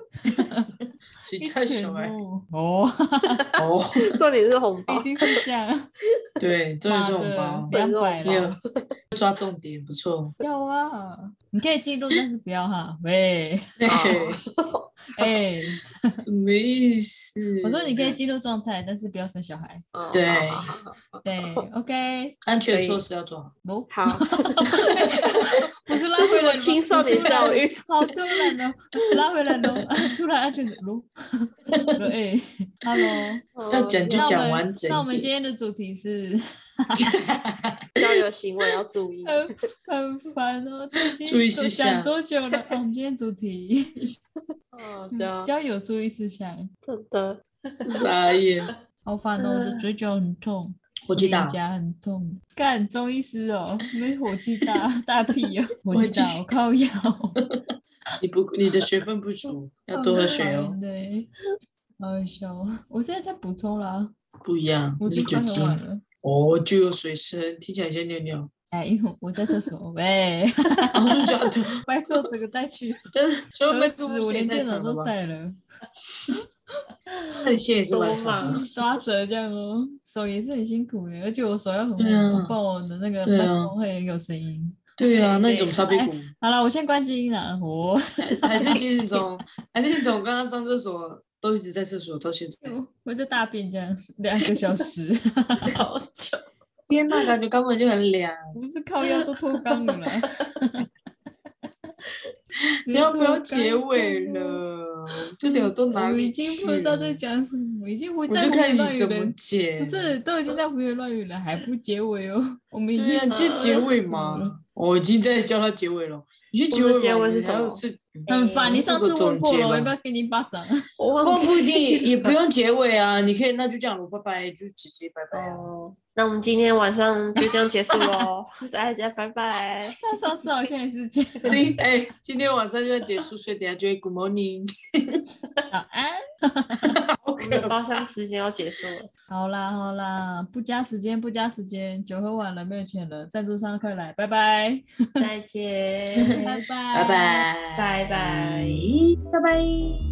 B: 谁
A: 一
B: 在
A: 拳
B: 小孩？
A: 哦，哦，
B: 哦，
C: 重点是红包
A: 一，定是这样，
B: 对，真的是红包
A: 妈的，两百
C: 对
A: 了。
B: 耶，抓重点，不错。
A: 要啊，你可以记录，但是不要哈。喂，
B: 嘿
C: 哦
A: 哎、
B: 什么意思？
A: 我说你可以记录状态，但是不要生小孩。
C: 哦
B: 对
C: 好好好
A: 对，OK，
B: 安全措施要做好。
A: 哦，
C: 哦 好好，
A: 不是拉
C: 这是
A: 回
C: 我
A: 来
C: 青少年教
A: 育，
C: 育，
A: 好突然哦，拉回来喽， 突然啊安全的 喽，喽 哎，Hello，
B: 要讲就
A: 那
B: 讲
A: 我
B: 完
A: 们
B: 整
A: 那我
B: 一
A: 们
B: 点
A: 今天的主题是
C: 交友行为嗯要 注意。
A: 很很烦哦，都已经
B: 注意事项
A: 讲多久了？哦我们今天主题
C: 哦，
A: 嗯
C: 这
B: 啊
C: 样
A: 交友注意事项，
C: 真的，
B: 傻眼，
A: 好烦哦，我的嘴角很痛。
B: 我知道
A: 脸。颊很痛，干中医师哦，没火气 大，大屁哦，火气大，我靠药，
B: 你不你的水分不 足，要多喝水哦。
A: 对，好好笑哦，我现在在补充啦，
B: 不一样，
A: 我
B: 你是
A: 就
B: 酒
A: 快
B: 精
A: 很晚了。
B: 哦，就有水声，听起来像尿 尿。
A: 哎，因为我在厕所，喂，
B: 然后就觉得，
A: 拜托整个带去，
B: 但是就
A: 儿
B: 麦克
A: 子
B: 风
A: 我
B: 线
A: 连
B: 太
A: 电脑
B: 长了
A: 都
B: 吧？
A: 带了，
B: 那线也是蛮长
C: 多
B: 的
C: 忙。
A: 抓着这样哦，手也是很辛苦的，而且我手要很
B: 对啊
A: 稳，我不然我的那个
B: 对
A: 麦
B: 啊
A: 克风会有声音。
B: 对啊，那你怎么擦屁股？
A: 好了，我先关静音了，我
B: 还还是新总，还是新总刚刚上厕所都一直在厕所到现在，
A: 我在大便这样两个小 时。
C: 好久，
B: 天呐，感觉根本就很凉。
A: 不是靠腰都脱肛 了啦。
B: 你要
A: 啊
B: 不要结尾？了？这聊到
A: 哦我
B: 哪
A: 们
B: 里
A: 已经不知道在讲什么，已经胡
B: 我
A: 在
B: 就
A: 胡
B: 看
A: 言
B: 你
A: 乱语
B: 怎么
A: 了。
B: 解。
A: 不是，都已经在胡言乱语了，还不结尾哦？我们已经
B: 对啊呀，你去结尾嘛？哦我已经在教他结尾了。你去结尾嘛？
C: 我的结尾是什么
B: 然后是
A: 很烦。你上次问过了，我
B: 我
A: 要不要给你一巴掌？
C: 我
B: 不
C: 忘记
B: 不一定，也不用结尾啊，你可以那就这样了，拜拜，就直接拜拜啊。
C: 哦。那我们今天晚上就这样结束 喽，大家拜拜。
A: 他上次好像也是这样。
B: 你哎，今天晚上就要结束，所以等下就会 Good morning。
A: 早安。
B: 好
C: 我
B: 可
C: 们的
B: 怕，
C: 包厢时间要结束了，
A: 好啦好啦，不加时间不加时间，酒喝完了没有钱了，赞助商快来，拜 拜
C: 再见，
A: 拜拜
B: 拜拜，
C: 拜拜
B: 拜拜。